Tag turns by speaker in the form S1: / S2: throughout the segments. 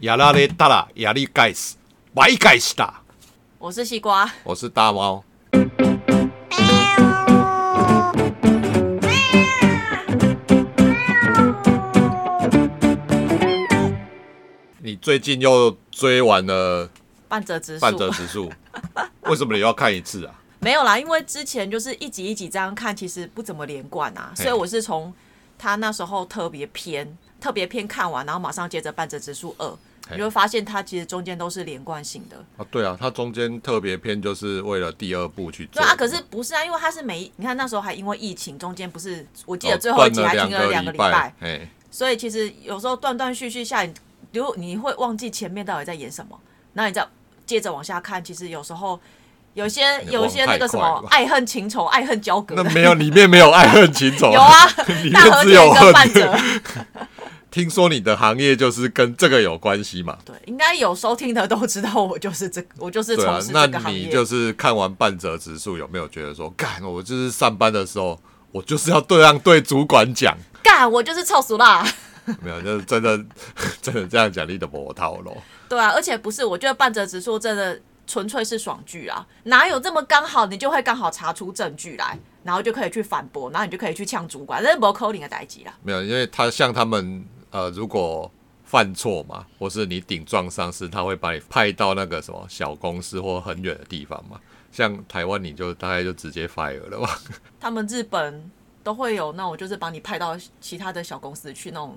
S1: 亚拉雷达拉亚力盖斯白盖斯达，
S2: 我是西瓜，
S1: 我是大猫。你最近又追完了
S2: 半折指
S1: 《
S2: 数。
S1: 半泽直 树》，为什么你又要看一次啊？
S2: 没有啦，因为之前就是一集一集这样看，其实不怎么连贯啊，
S1: 嘿
S2: 所以我是从他那时候特别篇、特别篇看完，然后马上接着《半折指数二》，
S1: 嘿
S2: 你会发现它其实中间都是连贯性的。
S1: 啊，对啊，它中间特别篇就是为了第二部去做
S2: 对
S1: 的。
S2: 啊，可是不是啊，因为它是每一你看那时候还因为疫情，中间不是我记得
S1: 哦
S2: 最后一集
S1: 断
S2: 还
S1: 了
S2: 停了两个
S1: 个
S2: 礼
S1: 拜
S2: 拜，，
S1: 哎，
S2: 所以其实有时候断断续续下来，如果你会忘记前面到底在演什么，然后你再接着往下看，其实有时候有些
S1: 你
S2: 有一
S1: 忘
S2: 些那
S1: 太
S2: 个什
S1: 快了
S2: 么
S1: 吧
S2: 爱恨情仇、爱恨交隔
S1: 那
S2: 的，
S1: 没有里面没有爱恨情仇，
S2: 有啊
S1: 里面
S2: 大和
S1: 只
S2: 解
S1: 有
S2: 跟半
S1: 恨。
S2: 折。
S1: 听说你的行业就是跟这个有关系嘛？
S2: 对，应该有收听的都知道，我就是这我就是
S1: 对
S2: 从
S1: 啊
S2: 事，
S1: 那
S2: 这个行
S1: 你
S2: 业。
S1: 就是看完半折指数，有没有觉得说，干，我就是上班的时候，我就是要这样对主管讲，
S2: 干，我就是臭俗啦。
S1: 没有，就是真的 真的这样讲，你的魔套咯。
S2: 对啊，而且不是，我觉得半折指数真的纯粹是爽剧啊，哪有这么刚好你就会刚好查出证据来，然后就可以去反驳，然后你就可以去呛主管，那不扣你的代级啦。
S1: 没有，因为他像他们呃，如果犯错嘛，或是你顶撞上司，他会把你派到那个什么小公司或很远的地方嘛。像台湾你就大概就直接 fire 了吧？
S2: 他们日本都会有那种，就是把你派到其他的小公司去那种。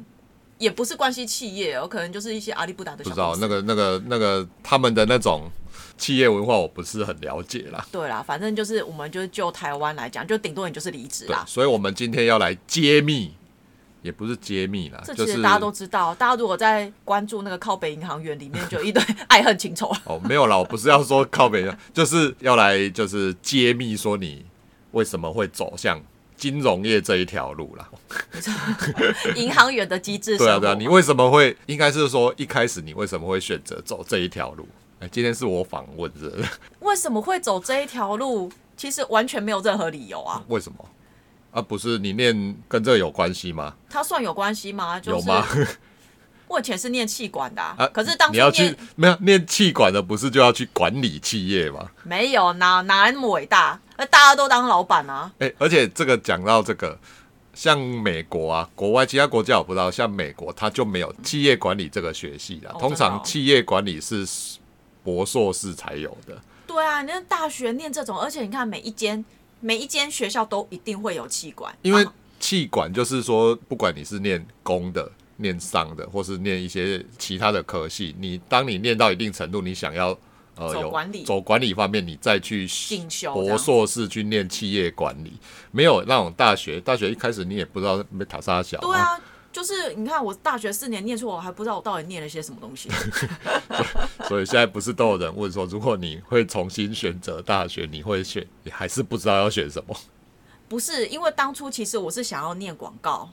S2: 也不是关系企业哦，可能就是一些阿里不达的
S1: 不
S2: 小
S1: 知道
S2: 公司。
S1: 那个那个那个他们的那种企业文化，我不是很了解啦。
S2: 对啦，反正就是我们就是就台湾来讲，就顶多你就是离职
S1: 对
S2: 啦，。
S1: 所以我们今天要来揭秘，也不是揭秘啦，
S2: 这
S1: 就
S2: 其
S1: 是
S2: 实大家都知道，大家如果在关注那个靠北银行员里面，就有一堆爱恨情 仇。
S1: 哦，没有啦，我不是要说靠北的， 就是要来就是揭秘说你为什么会走向金融业这一条路啦。
S2: 银行员的机制生
S1: 对啊，
S2: 活，
S1: 对啊，你为什么会？应该是说一开始你为什么会选择走这一条路？哎，今天是我访问的，
S2: 为什么会走这一条路？其实完全没有任何理由啊。
S1: 为什么？啊，不是你念跟这个有关系吗？
S2: 它算有关系吗？就
S1: 有
S2: 是
S1: 吗？
S2: 我以前是念气管的、啊
S1: 啊，
S2: 可是当初
S1: 你要
S2: 念
S1: 去没有念气管的，不是就要去管理企业吗？
S2: 没有哪哪来那么伟大？那大家都当老板啊，
S1: 哎、而且这个讲到这个，像美国啊，国外其他国家我不知道，像美国它就没有企业管理这个学系啦。
S2: 哦
S1: 通
S2: 真的
S1: 常
S2: 哦
S1: 企业管理是博硕士才有的。
S2: 对啊，你那大学念这种，而且你看每一间每一间学校都一定会有气管，
S1: 因为
S2: 啊
S1: 气管就是说，不管你是念工的、念商的，或是念一些其他的科系，你当你念到一定程度，你想要呃
S2: 走
S1: 有
S2: 管理
S1: 走管理方面，你再去
S2: 进修这
S1: 博
S2: 样
S1: 硕士去念企业管理，没有那种大学，大学一开始你也不知道没塔沙小、
S2: 对啊，就是你看我大学四年念出来，我还不知道我到底念了些什么 东西。
S1: 所以现在不是都有人问说，如果你会重新选择大学，你会选，你还是不知道要选什么？
S2: 不是，因为当初其实我是想要念广告，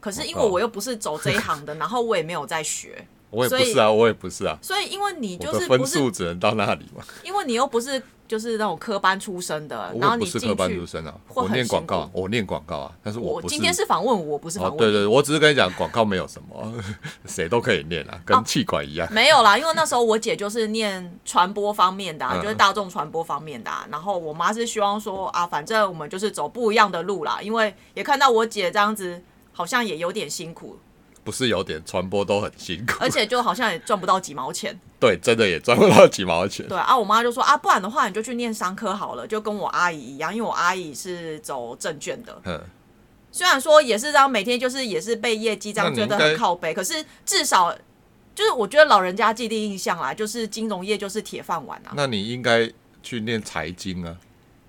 S2: 可是因为
S1: 广告
S2: 我又不是走这一行的，然后我也没有在学，
S1: 我也不是啊，我也不是啊，
S2: 所以因为你
S1: 我
S2: 就
S1: 的
S2: 是不
S1: 分
S2: 是，
S1: 数只能到那里嘛。
S2: 因为你又不是就是那种科班出身的，
S1: 我
S2: 然后
S1: 也
S2: 你
S1: 不是
S2: 进
S1: 科班出
S2: 去，
S1: 身啊，我
S2: 会很
S1: 念广
S2: 辛
S1: 告，我念广告啊，但是
S2: 我
S1: 不是。
S2: 今天是访问我，不是
S1: 哦
S2: 访，问
S1: 对
S2: 你。
S1: 对，我只是跟你讲，广告没有什么，谁都可以念啊，
S2: 哦
S1: 跟气管 一样。
S2: 没有啦，因为那时候我姐就是念传播方面的、啊，
S1: 嗯
S2: 就是大众传播方面的、啊。然后我妈是希望说啊，反正我们就是走不一样的路啦，因为也看到我姐这样子，好像也有点辛苦，
S1: 不是有点传播都很辛苦，
S2: 而且就好像也赚不到几毛钱。
S1: 对，真的也赚不到几毛钱。
S2: 对啊，我妈就说啊，不然的话你就去念商科好了，就跟我阿姨一样，因为我阿姨是走证券的，
S1: 嗯，
S2: 虽然说也是这样，每天就是也是被业绩这样追
S1: 那
S2: 得
S1: 你
S2: 很
S1: 应该
S2: 靠背，可是至少就是我觉得老人家既定印象啦，就是金融业就是铁饭碗啊，
S1: 那你应该去念财经啊，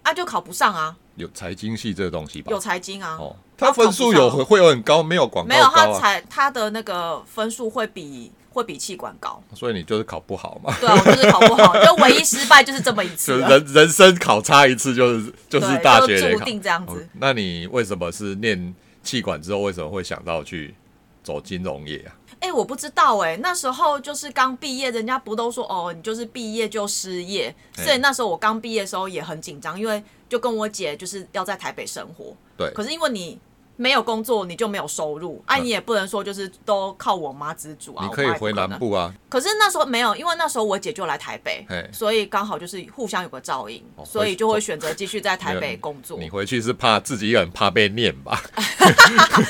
S2: 啊就考不上啊，
S1: 有财经系这个东西吧
S2: 有？财经啊，
S1: 哦，它分数
S2: 考
S1: 有
S2: 不上
S1: 会有很高，没有广
S2: 没有
S1: 告
S2: 他
S1: 高啊，
S2: 才他的那个分数会比会比气管高，
S1: 所以你就是考不好嘛。
S2: 对啊，我就是考不好，就唯一失败就是这么一
S1: 就
S2: 次
S1: 是
S2: 了，
S1: 人人生考差一次，就是就是
S2: 对，
S1: 大学
S2: 就
S1: 联
S2: 注
S1: 考。
S2: 定这样子
S1: 哦。那你为什么是念气管之后，为什么会想到去走金融业啊？
S2: 哎、我不知道哎、那时候就是刚毕业，人家不都说哦，你就是毕业就失业，
S1: 嘿
S2: 所以那时候我刚毕业的时候也很紧张，因为就跟我姐就是要在台北生活，
S1: 对，
S2: 可是因为你没有工作，你就没有收入，哎、啊，
S1: 哎嗯
S2: 你也不能说就是都靠我妈资助啊，
S1: 你
S2: 我
S1: 可以
S2: 妈也不
S1: 回南
S2: 能。
S1: 部啊，
S2: 可是那时候没有，因为那时候我姐就来台北
S1: 嘿，
S2: 所以刚好就是互相有个照应，
S1: 哦
S2: 所以就会选择继续在台
S1: 没
S2: 北
S1: 有
S2: 工作
S1: 你，回去是怕自己一个人怕被念吧，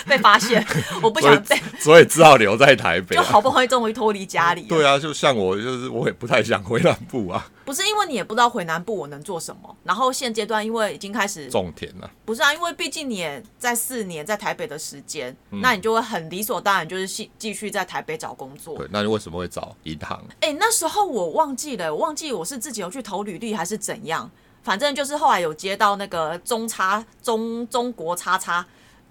S2: 被发现，我不
S1: 所
S2: 想被，
S1: 以所以只好留在台北、
S2: 就
S1: 啊。
S2: 好不容易终于脱离家里了。
S1: 对啊，就像我就是我也不太想回南部啊，
S2: 不是因为你也不知道回南部我能做什么，然后现阶段因为已经开始
S1: 种田啊，
S2: 不是啊，因为毕竟你也在四年在台北的时间，
S1: 嗯
S2: 那你就会很理所当然就是继继续在台北找工作。
S1: 对，那你为什么会找银行？
S2: 哎、那时候我忘记了，我忘记我是自己有去投履历还是怎样，反正就是后来有接到那个中差中中国叉叉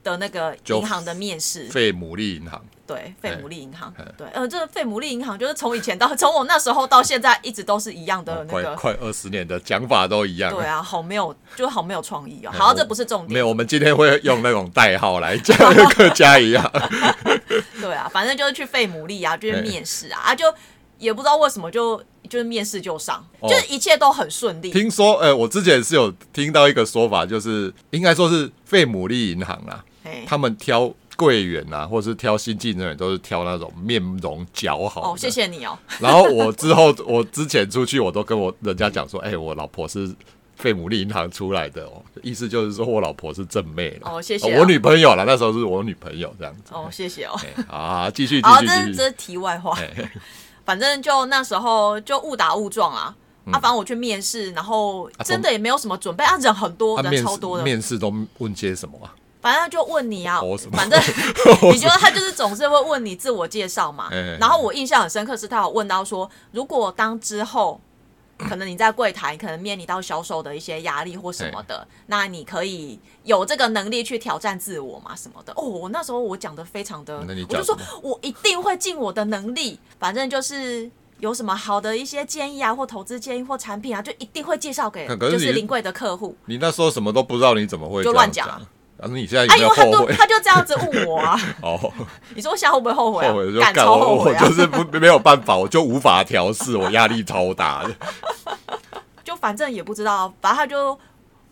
S2: 的那个
S1: 就
S2: 银行的面试，
S1: 费牡蛎银行，
S2: 对，费姆利银行
S1: 哎，
S2: 对，呃，这个费姆利银行就是从以前到从我那时候到现在一直都是一样的
S1: 哦
S2: 那
S1: 快
S2: 个，
S1: 快二十年的讲法都一样、
S2: 对啊，好没有，就好没有创意哦。
S1: 哎
S2: 好，
S1: 我
S2: 这不是重
S1: 没
S2: 点，
S1: 有，我们今天会用那种代号来 叫那个加一样。
S2: 对啊，反正就是去费姆利啊，就是
S1: 哎
S2: 面试啊，啊就也不知道为什么就就是面试就上，
S1: 哦
S2: 就是一切都很顺利，
S1: 听说，呃，我之前是有听到一个说法，就是应该说是费牡蛎银行啊，
S2: 哎，
S1: 他们挑柜员啊，或者是挑新进人员，都是挑那种面容姣好的。
S2: 哦，谢。谢你哦。
S1: 然后我之后，我之前出去，我都跟我人家讲说，哎、我老婆是。费牡蛎银行出来的哦，意思就是说我老婆是正妹了
S2: 哦谢谢啊
S1: 我女朋友了，那时候是我女朋友这样子。
S2: 哦，谢谢哦。
S1: 哎、好好， 好继续继
S2: 好，
S1: 续
S2: 这
S1: 继
S2: 是
S1: 续。
S2: 这是题外话
S1: 哎。
S2: 反正就那时候就误打误撞啊，啊，反正我去面试，然后
S1: 嗯啊
S2: 真的也没有什么准备啊，人很多，
S1: 他面
S2: 人
S1: 试
S2: 超多的，
S1: 面试都问些什么啊？
S2: 反正他就问你啊
S1: 哦什，么
S2: 反正你觉得他就是总是会问你自我介绍嘛
S1: 哎哎哎。
S2: 然后我印象很深刻是他有问到说，如果当之后可能你在柜台，可能面临到销售的一些压力或什么的，
S1: 哎
S2: 那你可以有这个能力去挑战自我嘛什么的。哦，我那时候我讲的非常的，
S1: 那你
S2: 我
S1: 讲什
S2: 就说
S1: 么
S2: 我一定会尽我的能力，反正就是。有什么好的一些建议啊，或投资建议或产品啊，就一定会介绍给
S1: 可可是
S2: 就
S1: 你
S2: 是临柜的客户。
S1: 你那时候什么都不知道，你怎么会
S2: 就
S1: 这
S2: 乱
S1: 样
S2: 讲
S1: 讲
S2: 啊？
S1: 然后你现在有
S2: 哎
S1: 没
S2: 呦，
S1: 有
S2: 他
S1: 后
S2: 就
S1: 悔？
S2: 他就这样子问我啊，
S1: 哦，
S2: 你说我现在会不会后悔、啊？
S1: 后悔就
S2: 干
S1: 干
S2: 超
S1: 我，
S2: 后悔
S1: 我
S2: 啊！
S1: 就是不 没有办法，我就无法调试，我压力超大的。
S2: 就反正也不知道，反正他就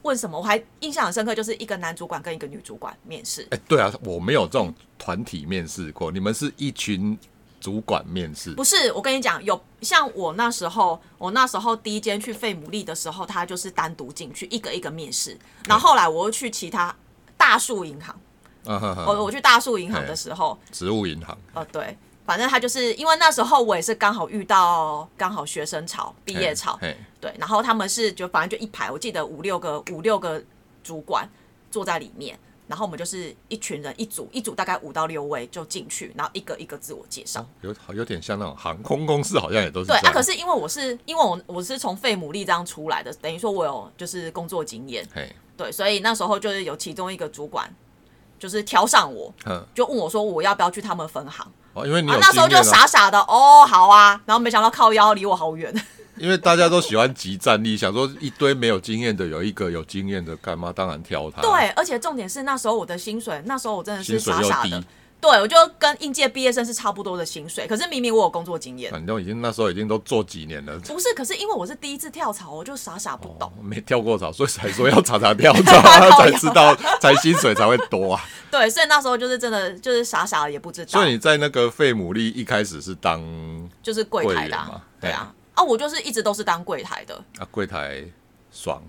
S2: 问什么，我还印象很深刻，就是一个男主管跟一个女主管面试，
S1: 哎，对啊，我没有这种团体面试过，你们是一群主管面试
S2: 不是我跟你讲，有像我那时候，我那时候第一间去费姆利的时候，他就是单独进去一个一个面试，然后后来我又去其他大树银行，
S1: 啊哈哈
S2: 我、我去大树银行的时候，
S1: 植物银行，
S2: 呃，对，反正他就是因为那时候我也是刚好遇到刚好学生潮、毕业潮，
S1: 嘿，
S2: 对，然后他们是就反正就一排，我记得五六个五六个主管坐在里面，然后我们就是一群人一组，一组大概五到六位就进去，然后一个一个自我介绍。
S1: 嘿有好有点像那种航空公司，好像也哦都是
S2: 对
S1: 这
S2: 啊，
S1: 样。
S2: 可是因为我是因为我我是从费姆利这样出来的，等于说我有就是工作经验，
S1: 嘿，
S2: 对，所以那时候就是有其中一个主管就是挑上我，
S1: 嗯，
S2: 就问我说我要不要去他们分行，
S1: 哦，因为你
S2: 啊
S1: 有
S2: 那时候
S1: 经
S2: 就
S1: 验啊
S2: 傻傻的哦好啊，然后没想到靠腰离我好远，
S1: 因为大家都喜欢集战力，想说一堆没有经验的有一个有经验的，干嘛当然挑他？，
S2: 对，而且重点是那时候我的薪水，那时候我真的是
S1: 薪水
S2: 傻
S1: 又
S2: 傻的
S1: 低。，
S2: 对，我就跟应届毕业生是差不多的薪水，可是明明我有工作经验，
S1: 反正已经那时候已经都做几年了，
S2: 不是？可是因为我是第一次跳槽，我就傻傻不懂。
S1: 哦没跳过槽，所以才说要常常跳 槽，才知道才薪水才会多啊。
S2: 对，所以那时候就是真的就是傻傻的也不知道
S1: 所，以你在那个费姆利一开始是当
S2: 就是柜台的
S1: 柜员
S2: 啊
S1: 嘛，
S2: 对啊，啊，我就是一直都是当柜台的，
S1: 啊柜台爽，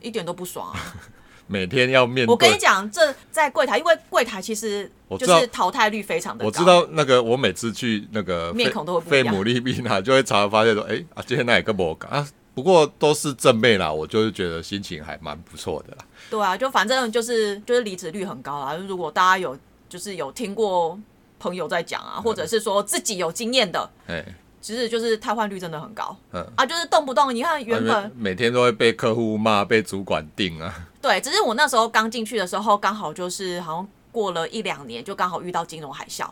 S2: 一点都不爽啊。
S1: 每天要面
S2: 我跟你
S1: 对。
S2: 讲，这在柜台，因为柜台其实
S1: 我
S2: 就
S1: 知道
S2: 是淘汰率非常的高，
S1: 我知道那个，我每次去那个
S2: 面孔都会不一
S1: 费
S2: 样
S1: 姆利宾啊，就会常常发现说， 哎、啊，今天那也跟我啊，不过都是正妹啦，我就是觉得心情还蛮不错的啦。
S2: 对啊，就反正就是就是离职率很高啊。如果大家有就是有听过朋友在讲啊，或
S1: 嗯
S2: 者是说自己有经验的，
S1: 哎、
S2: 其实就是汰换率真的很高。
S1: 嗯
S2: 啊，就是动不动你看原本、
S1: 啊每每天都会被客户骂，被主管定啊，
S2: 对，只是我那时候刚进去的时候，刚好就是好像过了一两年，就刚好遇到金融海啸。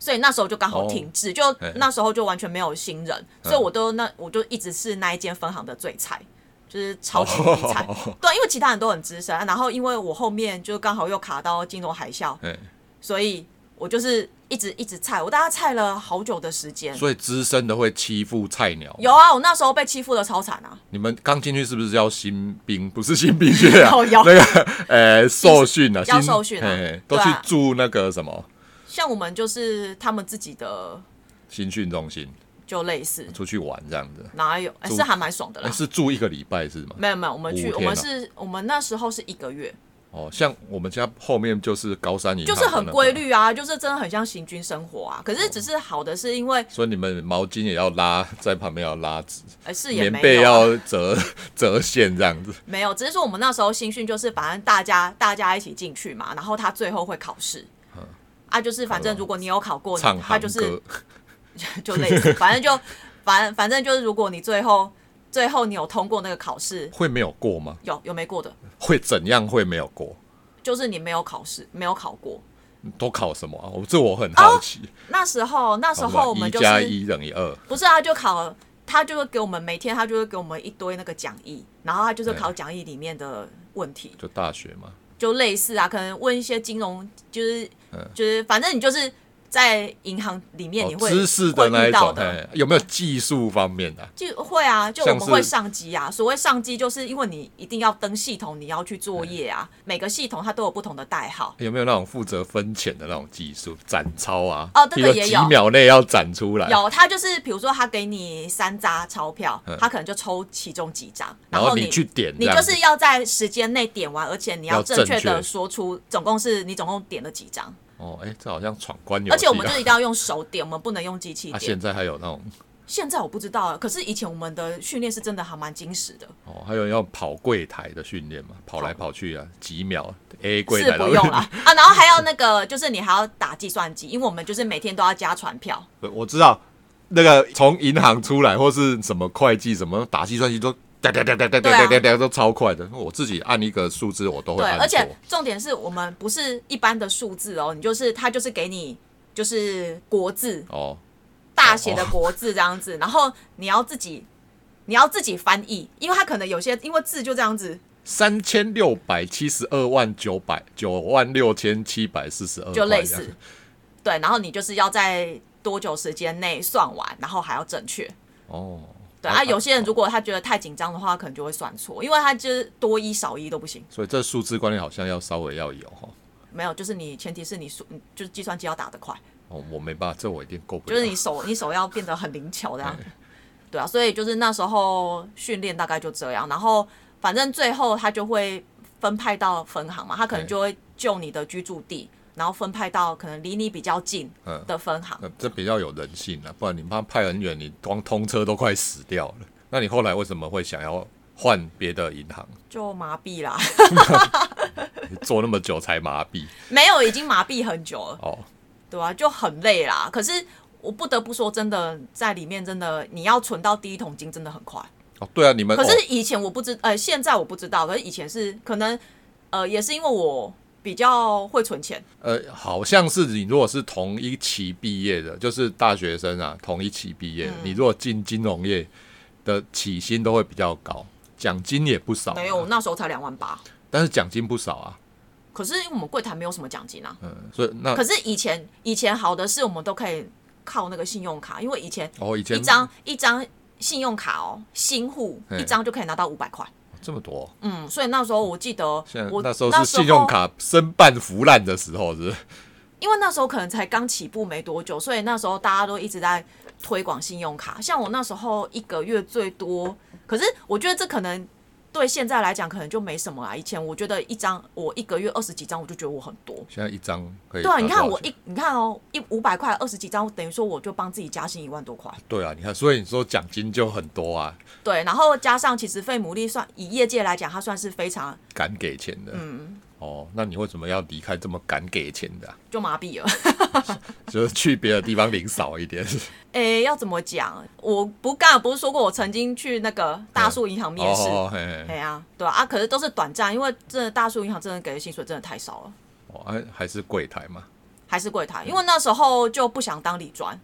S2: 所以那时候就刚好
S1: 哦嗯
S2: 停滞，就
S1: 嘿
S2: 那时候就完全没有新人，所以我都那我就一直是那一间分行的最菜，就是超级低
S1: 哦
S2: 菜。 对，因为其他人都很资深，然后因为我后面就刚好又卡到金融海啸，
S1: 哎、
S2: 所以我就是一直一直菜，我大概菜了好久的时间。
S1: 所以资深的会欺负菜鸟。
S2: 有啊，我那时候被欺负的超惨啊，
S1: 你们刚进去是不是叫新兵？不是新兵去啊
S2: 靠，腰
S1: 那个呃受训啊，
S2: 哦要
S1: 新
S2: 受训啊
S1: 嘿嘿都
S2: 对啊
S1: 去住那个什么
S2: 像我们就是他们自己的，
S1: 新训中心。
S2: 就类似
S1: 出去玩这样子。
S2: 哪有、哎
S1: 住
S2: 是还蛮爽的啦
S1: 哎，。是住一个礼拜是吗？
S2: 没有没有，我们去
S1: 五
S2: 我
S1: 天啊
S2: 们是我们那时候是一个月，
S1: 哦，像我们家后面就是高山银行，
S2: 就是很规。律啊，就是真的很像行军生活啊。可是只是好的是因为
S1: 所以你们毛巾也要拉在旁边要拉直，
S2: 呃是也
S1: 棉
S2: 没
S1: 被
S2: 有啊
S1: 要折 折线这样子。
S2: 没有，只是说我们那时候新训就是反正大家大家一起进去嘛，然后他最后会考试。啊，就是反正如果你有考过，
S1: 嗯唱
S2: 他
S1: 行
S2: 就是
S1: 歌，
S2: 就类似，反正就反反正就是，如果你最后最后你有通过那个考试，
S1: 会没有过吗？
S2: 有有没过的，
S1: 会怎样会没有过？
S2: 就是你没有考试，没有考过。
S1: 都考什么啊？我这我很好奇。
S2: 那时候哦那时候我们
S1: 一
S2: 就
S1: 加
S2: 是
S1: 一等于二，
S2: 不是啊，就考他就会给我们每天他就会给我们一堆那个讲义，然后他就是考讲义里面的问题，
S1: 就大学嘛。
S2: 就类似啊，可能问一些金融，就是
S1: 嗯
S2: 就是反正你就是在银行里面
S1: 哦
S2: 你会
S1: 知识的那
S2: 会
S1: 一
S2: 遇到
S1: 种，哎
S2: 的。
S1: 嘿有没有技术方面的啊？
S2: 就会啊，就我
S1: 像
S2: 们
S1: 是
S2: 会上机啊。所谓上机，就是因为你一定要登系统，你要去作业啊。
S1: 嗯
S2: 每个系统它都有不同的代号。
S1: 有没有那种负责分钱的那种技术展超啊？
S2: 哦这个
S1: 比如
S2: 也
S1: 几
S2: 有
S1: 秒内要展出来，
S2: 有，它就是比如说，它给你三张钞票，
S1: 嗯
S2: 它可能就抽其中几张，
S1: 然
S2: 后
S1: 后
S2: 你
S1: 你去点
S2: 你
S1: 这
S2: 就
S1: 样子
S2: 是要在时间内点完，而且你要
S1: 要
S2: 正确
S1: 正
S2: 的
S1: 确
S2: 说出总共是你总共点了几张，
S1: 哦，哎，这好像闯关游戏啊。
S2: 而且我们就一定要用手点，我们不能用机器
S1: 啊，
S2: 点
S1: 现。在还有那种
S2: 现在我不知道啊了，可是以前我们的训练是真的还蛮精实的，
S1: 哦，还有要跑柜台的训练嘛，跑来跑去啊，几秒 A 柜
S2: 是
S1: 台
S2: 不用了。啊。然后还要那个，就是你还要打计算机，因为我们就是每天都要加传票。
S1: 对 我知道那个从银行出来或是什么会计什么打计算机都哒哒哒哒哒
S2: 对
S1: 哒
S2: 啊
S1: 哒哒都超快的，我自己按一个数字我都会
S2: 对，
S1: 按
S2: 而且
S1: 错
S2: 重点是我们不是一般的数字哦，你就是它就是给你就是国字
S1: 哦，
S2: 大写的国字这样子，然后你要自己你要自己翻译，因为它可能有些因为字就这样子
S1: 三千六百七十二万九百九万六千七百四十二，
S2: 就类似，对，然后你就是要在多久时间内算完，然后还要正确。
S1: 哦。
S2: 对啊，有些人如果他觉得太紧张的话，可能就会算错，因为他就是多一少一都不行。
S1: 所以这数字观念好像要稍微要有哈。
S2: 没有，就是你前提是你数，嗯就是计算机要打得快，
S1: 哦，我没办法，这我一定够不
S2: 就
S1: 了。
S2: 是你手你手要变得很灵巧这样。对啊，所以就是那时候训练大概就这样，然后反正最后他就会分派到分行嘛，他可能
S1: 对
S2: 就会就你的居住地，然后分派到可能离你比较近
S1: 嗯
S2: 的分行。
S1: 那这比较有人性啊，不然你怕派很远，你光通车都快死掉了。那你后来为什么会想要换别的银行？
S2: 就麻痹啦，
S1: 你做那么久才麻痹
S2: 没有，已经麻痹很久了。
S1: 哦，
S2: 对啊，就很累啦。可是我不得不说，真的在里面，真的你要存到第一桶金真的很快。
S1: 哦，对啊，你们
S2: 可
S1: 哦
S2: 是以前我不知，呃，现在我不知道，可是以前是可能，呃，也是因为我比较会存钱，
S1: 呃，好像是你如果是同一期毕业的，就是大学生啊，同一期毕业
S2: 嗯
S1: 的，你如果进金融业的起薪都会比较高，奖金也不少、啊，
S2: 没有，我那时候才两万八。
S1: 但是奖金不少啊，
S2: 可是因为我们柜台没有什么奖金啊。
S1: 嗯，所以那
S2: 可是以前以前好的是我们都可以靠那个信用卡，因为以前
S1: 哦，以
S2: 一
S1: 前
S2: 张一张信用卡哦，新户
S1: 嘿
S2: 一张就可以拿到五百块。
S1: 这么多，
S2: 嗯，所以那时候我记得
S1: 现在
S2: 我
S1: 那时候是信用卡申办腐烂的时候，是 不是？
S2: 因为那时候可能才刚起步没多久，所以那时候大家都一直在推广信用卡。像我那时候一个月最多，可是我觉得这可能对现在来讲可能就没什么啊啦。以前我觉得一张我一个月二十几张，我就觉得我很多。
S1: 现在一张可以
S2: 对啊，
S1: 拿
S2: 你看
S1: 多少
S2: 我
S1: 钱
S2: 一你看哦，一五百块二十几张，等于说我就帮自己加薪一万多块。
S1: 对啊，你看，所以你说奖金就很多啊，
S2: 对，然后加上其实费姆利算以业界来讲，它算是非常
S1: 敢给钱的，嗯，哦，那你为什么要离开这么敢给钱的啊、
S2: 就麻痹了。
S1: 就是去别的地方领少一点。
S2: 诶，要怎么讲？我不干，不是说过我曾经去那个大树银行面试。
S1: 嗯哦，嘿
S2: 哎
S1: 嘿，
S2: 呀、对啊，啊，可是都是短暂，因为真的大树银行真的给的薪水真的太少了，
S1: 哦，还还是柜台嘛，
S2: 还是柜台，因为那时候就不想当理专，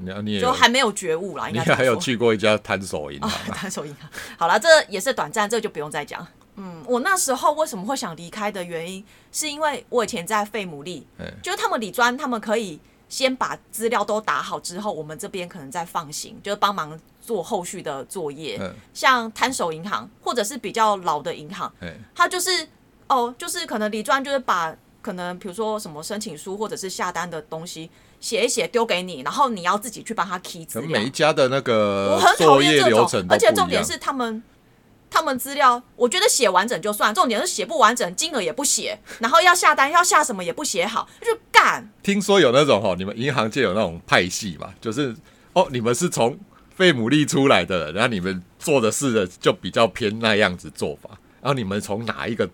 S1: 你你也
S2: 就
S1: 有
S2: 还没有觉悟啦，应
S1: 哦你
S2: 该这么
S1: 还有
S2: 说
S1: 去过一家摊手 银行
S2: 啊，单手银行。好了，这也是短暂，这就不用再讲。嗯，我那时候为什么会想离开的原因，是因为我以前在费姆利
S1: 嗯，
S2: 就是他们理专，他们可以先把资料都打好之后，我们这边可能再放行，就是帮忙做后续的作业。
S1: 嗯
S2: 像摊手银行或者是比较老的银行，
S1: 哎，
S2: 它就是哦，就是可能理专就是把。可能比如说什么申请书或者是下单的东西写一写丢给你，然后你要自己去帮他 key 资
S1: 可能
S2: 料
S1: 每一。家的那
S2: 我
S1: 个
S2: 很讨
S1: 作
S2: 厌
S1: 业
S2: 这
S1: 流
S2: 种
S1: 程，都
S2: 而且
S1: 不一
S2: 重点
S1: 样
S2: 是他们他们资料，我觉得写完整就算，重点是写不完整，金额也不写，然后要下单要下什么也不写好，就干。
S1: 听说有那种哈，你们银行界有那种派系嘛，就是哦，你们是从费姆利出来的，然后你们做的事的就比较偏那样子做法，然后你们从哪一个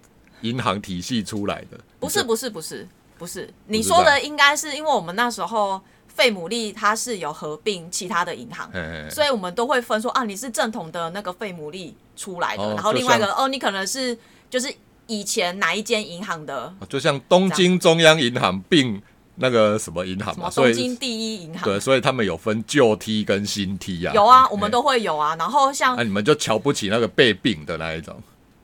S1: 银行体系出来的？
S2: 不是不是不是不是，你
S1: 知
S2: 说
S1: 道
S2: 的应该是因为我们那时候费姆利它是有合并其他的银行，
S1: 哎，
S2: 所以我们都会分说啊，你是正统的那个费姆利出来的，
S1: 哦
S2: 然后
S1: 就
S2: 另外一个哦，你可能是就是以前哪一间银行的
S1: 哦就像东京中央银行并那个什么银行
S2: 什
S1: 嘛，
S2: 么
S1: 啊所
S2: 东京
S1: 以
S2: 第一银行，啊
S1: 对，所以他们有分旧梯跟新梯啊。
S2: 有啊，我们
S1: 哎
S2: 都会有啊。然后像
S1: 啊，你们就瞧不起那个被并的那一种，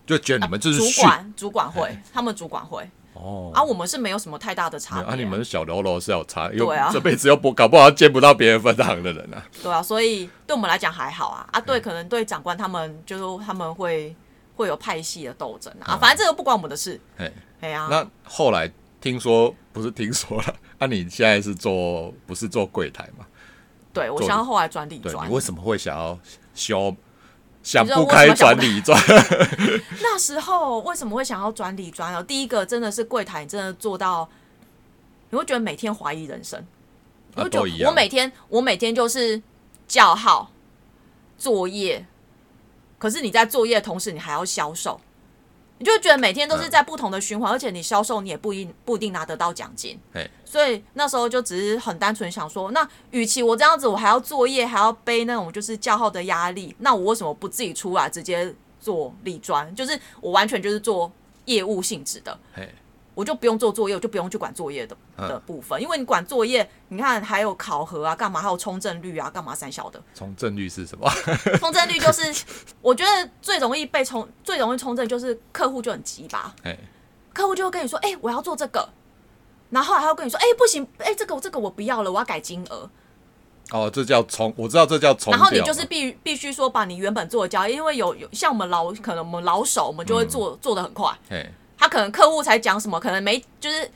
S1: 就觉得你们就是
S2: 啊主
S1: 逊
S2: 管主管会，他们主管会
S1: 哦
S2: 啊，我们是没有什么太大的差
S1: 没有啊，
S2: 别，
S1: 你们小喽啰是有差，因为
S2: 对啊
S1: 这辈子又不搞不好见不到别人分行的人啊。
S2: 对啊，所以对我们来讲还好啊啊，
S1: 嗯
S2: 对，可能对长官他们就是他们会会有派系的斗争啊，啊反正这个不关我们的事，
S1: 嘿，
S2: 哎呀、
S1: 哦那后来听说不是听说了， 啊，你现在是做不是做柜台嘛？
S2: 对我
S1: 做
S2: 想要后来转理
S1: 对
S2: 专
S1: 你，为什么会想要修？想
S2: 你知道
S1: 不
S2: 为什
S1: 开
S2: 么想
S1: 转
S2: 不
S1: 理转，
S2: 那时候为什么会想要转理专呢？第一个真的是柜台，你真的做到，你会觉得每天怀疑人生。
S1: 啊
S2: 我
S1: 都
S2: 就
S1: 一
S2: 我
S1: 样。
S2: 每天我每天就是叫号、作业，可是你在作业的同时，你还要销售，你就觉得每天都是
S1: 嗯
S2: 在不同的循环，而且你销售你也不一不一定拿得到奖金
S1: 嘿。
S2: 所以那时候就只是很单纯想说，那与其我这样子，我还要作业，还要背那种就是叫号的压力，那我为什么不自己出来直接做理专？就是我完全就是做业务性质的，
S1: 嘿，
S2: 我就不用做作业，我就不用去管作业的
S1: 嗯
S2: 的部分，因为你管作业，你看还有考核啊，干嘛，还有冲证率啊，干嘛三小的
S1: 从正律是什么？
S2: 冲证率就是，我觉得最容易被冲，最容易冲证就是客户就很急吧，
S1: 嘿，
S2: 客户就会跟你说，哎、我要做这个，然后还要跟你说，哎、不行，哎、这个这个我不要了，我要改金额，
S1: 哦，这叫重，我知道这叫重
S2: 然
S1: 调嘛。
S2: 后你就是必必须说把你原本做的交易，因为有有像我们老可能我们老手，我们就会做、做的很快，
S1: 嘿，
S2: 他可能客户才讲什么，可能没就是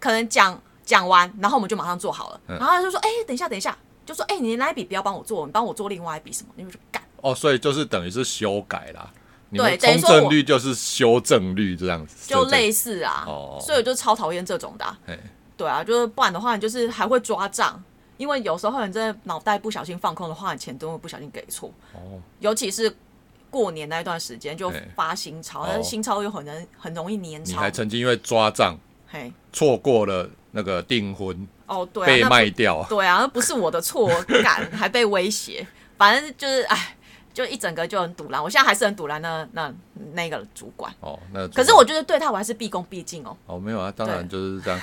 S2: 可能讲讲完，然后我们就马上做好了，
S1: 嗯
S2: 然后他就说：“哎、等一下，等一下。”就说：“哎、你那一笔不要帮我做，你帮我做另外一笔什么？”你就说干。
S1: 哦，所以就是等于是修改啦。你
S2: 对
S1: 们
S2: 等于
S1: 从
S2: 说
S1: 正
S2: 我
S1: 律就是修正律这样子，
S2: 就
S1: 这
S2: 类似啊，
S1: 哦
S2: 所以我就超讨厌这种的啊、
S1: 嘿
S2: 对啊，就是不然的话，你就是还会抓账，因为有时候你真的脑袋不小心放空的话，你钱都会不小心给错。
S1: 哦，
S2: 尤其是过年那一段时间，就
S1: 嘿
S2: 发新钞，但
S1: 哦
S2: 是新钞又很能很容易粘
S1: 你
S2: 钞
S1: 还。曾经因为抓账
S2: 嘿，
S1: 错过了那个订婚，
S2: 哦，对、啊，
S1: 被
S2: 那
S1: 卖掉啊。
S2: 对啊，那不是我的错，敢还被威胁，反正就是哎，就一整个就很堵然。我现在还是很堵然那那那个主管，
S1: 哦，那
S2: 可是我觉得对他我还是毕恭毕敬哦。
S1: 哦没有啊，当
S2: 对
S1: 然就是 这样，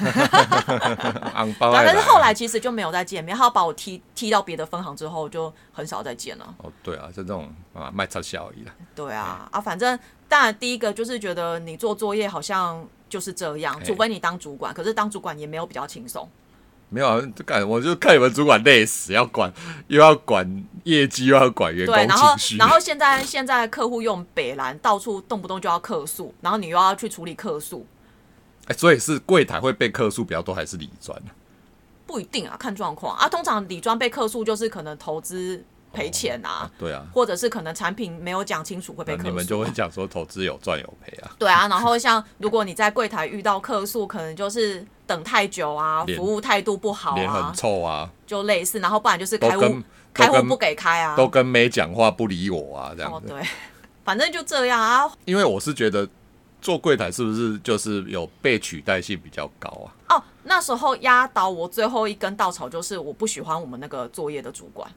S1: 昂包爱
S2: 但
S1: 来啊
S2: 是后来其实就没有再见面，他把我踢踢到别的分行之后，就很少再见了。
S1: 哦对啊，就这种啊卖插小姨啦，
S2: 对啊，啊，反正当然第一个就是觉得你做作业好像就是这样，
S1: 嘿
S2: 除非你当主管，可是当主管也没有比较轻松。
S1: 没有啊，就干我就看你们主管累死，要管又要管业绩，又要管员工
S2: 对，然后
S1: 情绪，
S2: 然后现在现在客户用北蓝，到处动不动就要客诉，然后你又要去处理客诉，
S1: 哎所以是柜台会被客诉比较多，还是理专啊？
S2: 不一定啊，看状况啊。通常理专被客诉就是可能投资赔钱啊，
S1: 啊对啊，
S2: 或者是可能产品没有讲清楚会被
S1: 那
S2: 客诉、啊
S1: 你们就会讲说投资有赚有赔啊，
S2: 对啊，然后像如果你在柜台遇到客诉，可能就是等太久啊，
S1: 脸
S2: 服务态度不好
S1: 脸
S2: 啊
S1: 很，臭啊，
S2: 就类似，然后不然就是
S1: 都
S2: 开户
S1: 跟
S2: 开
S1: 都
S2: 户不
S1: 跟
S2: 给开啊，
S1: 都跟没讲话不理我啊这样
S2: 哦
S1: 子，
S2: 对， 反正就这样啊。
S1: 因为我是觉得做柜台是不是就是有被取代性比较高啊？
S2: 哦，那时候压倒我最后一根稻草就是我不喜欢我们那个作业的主管。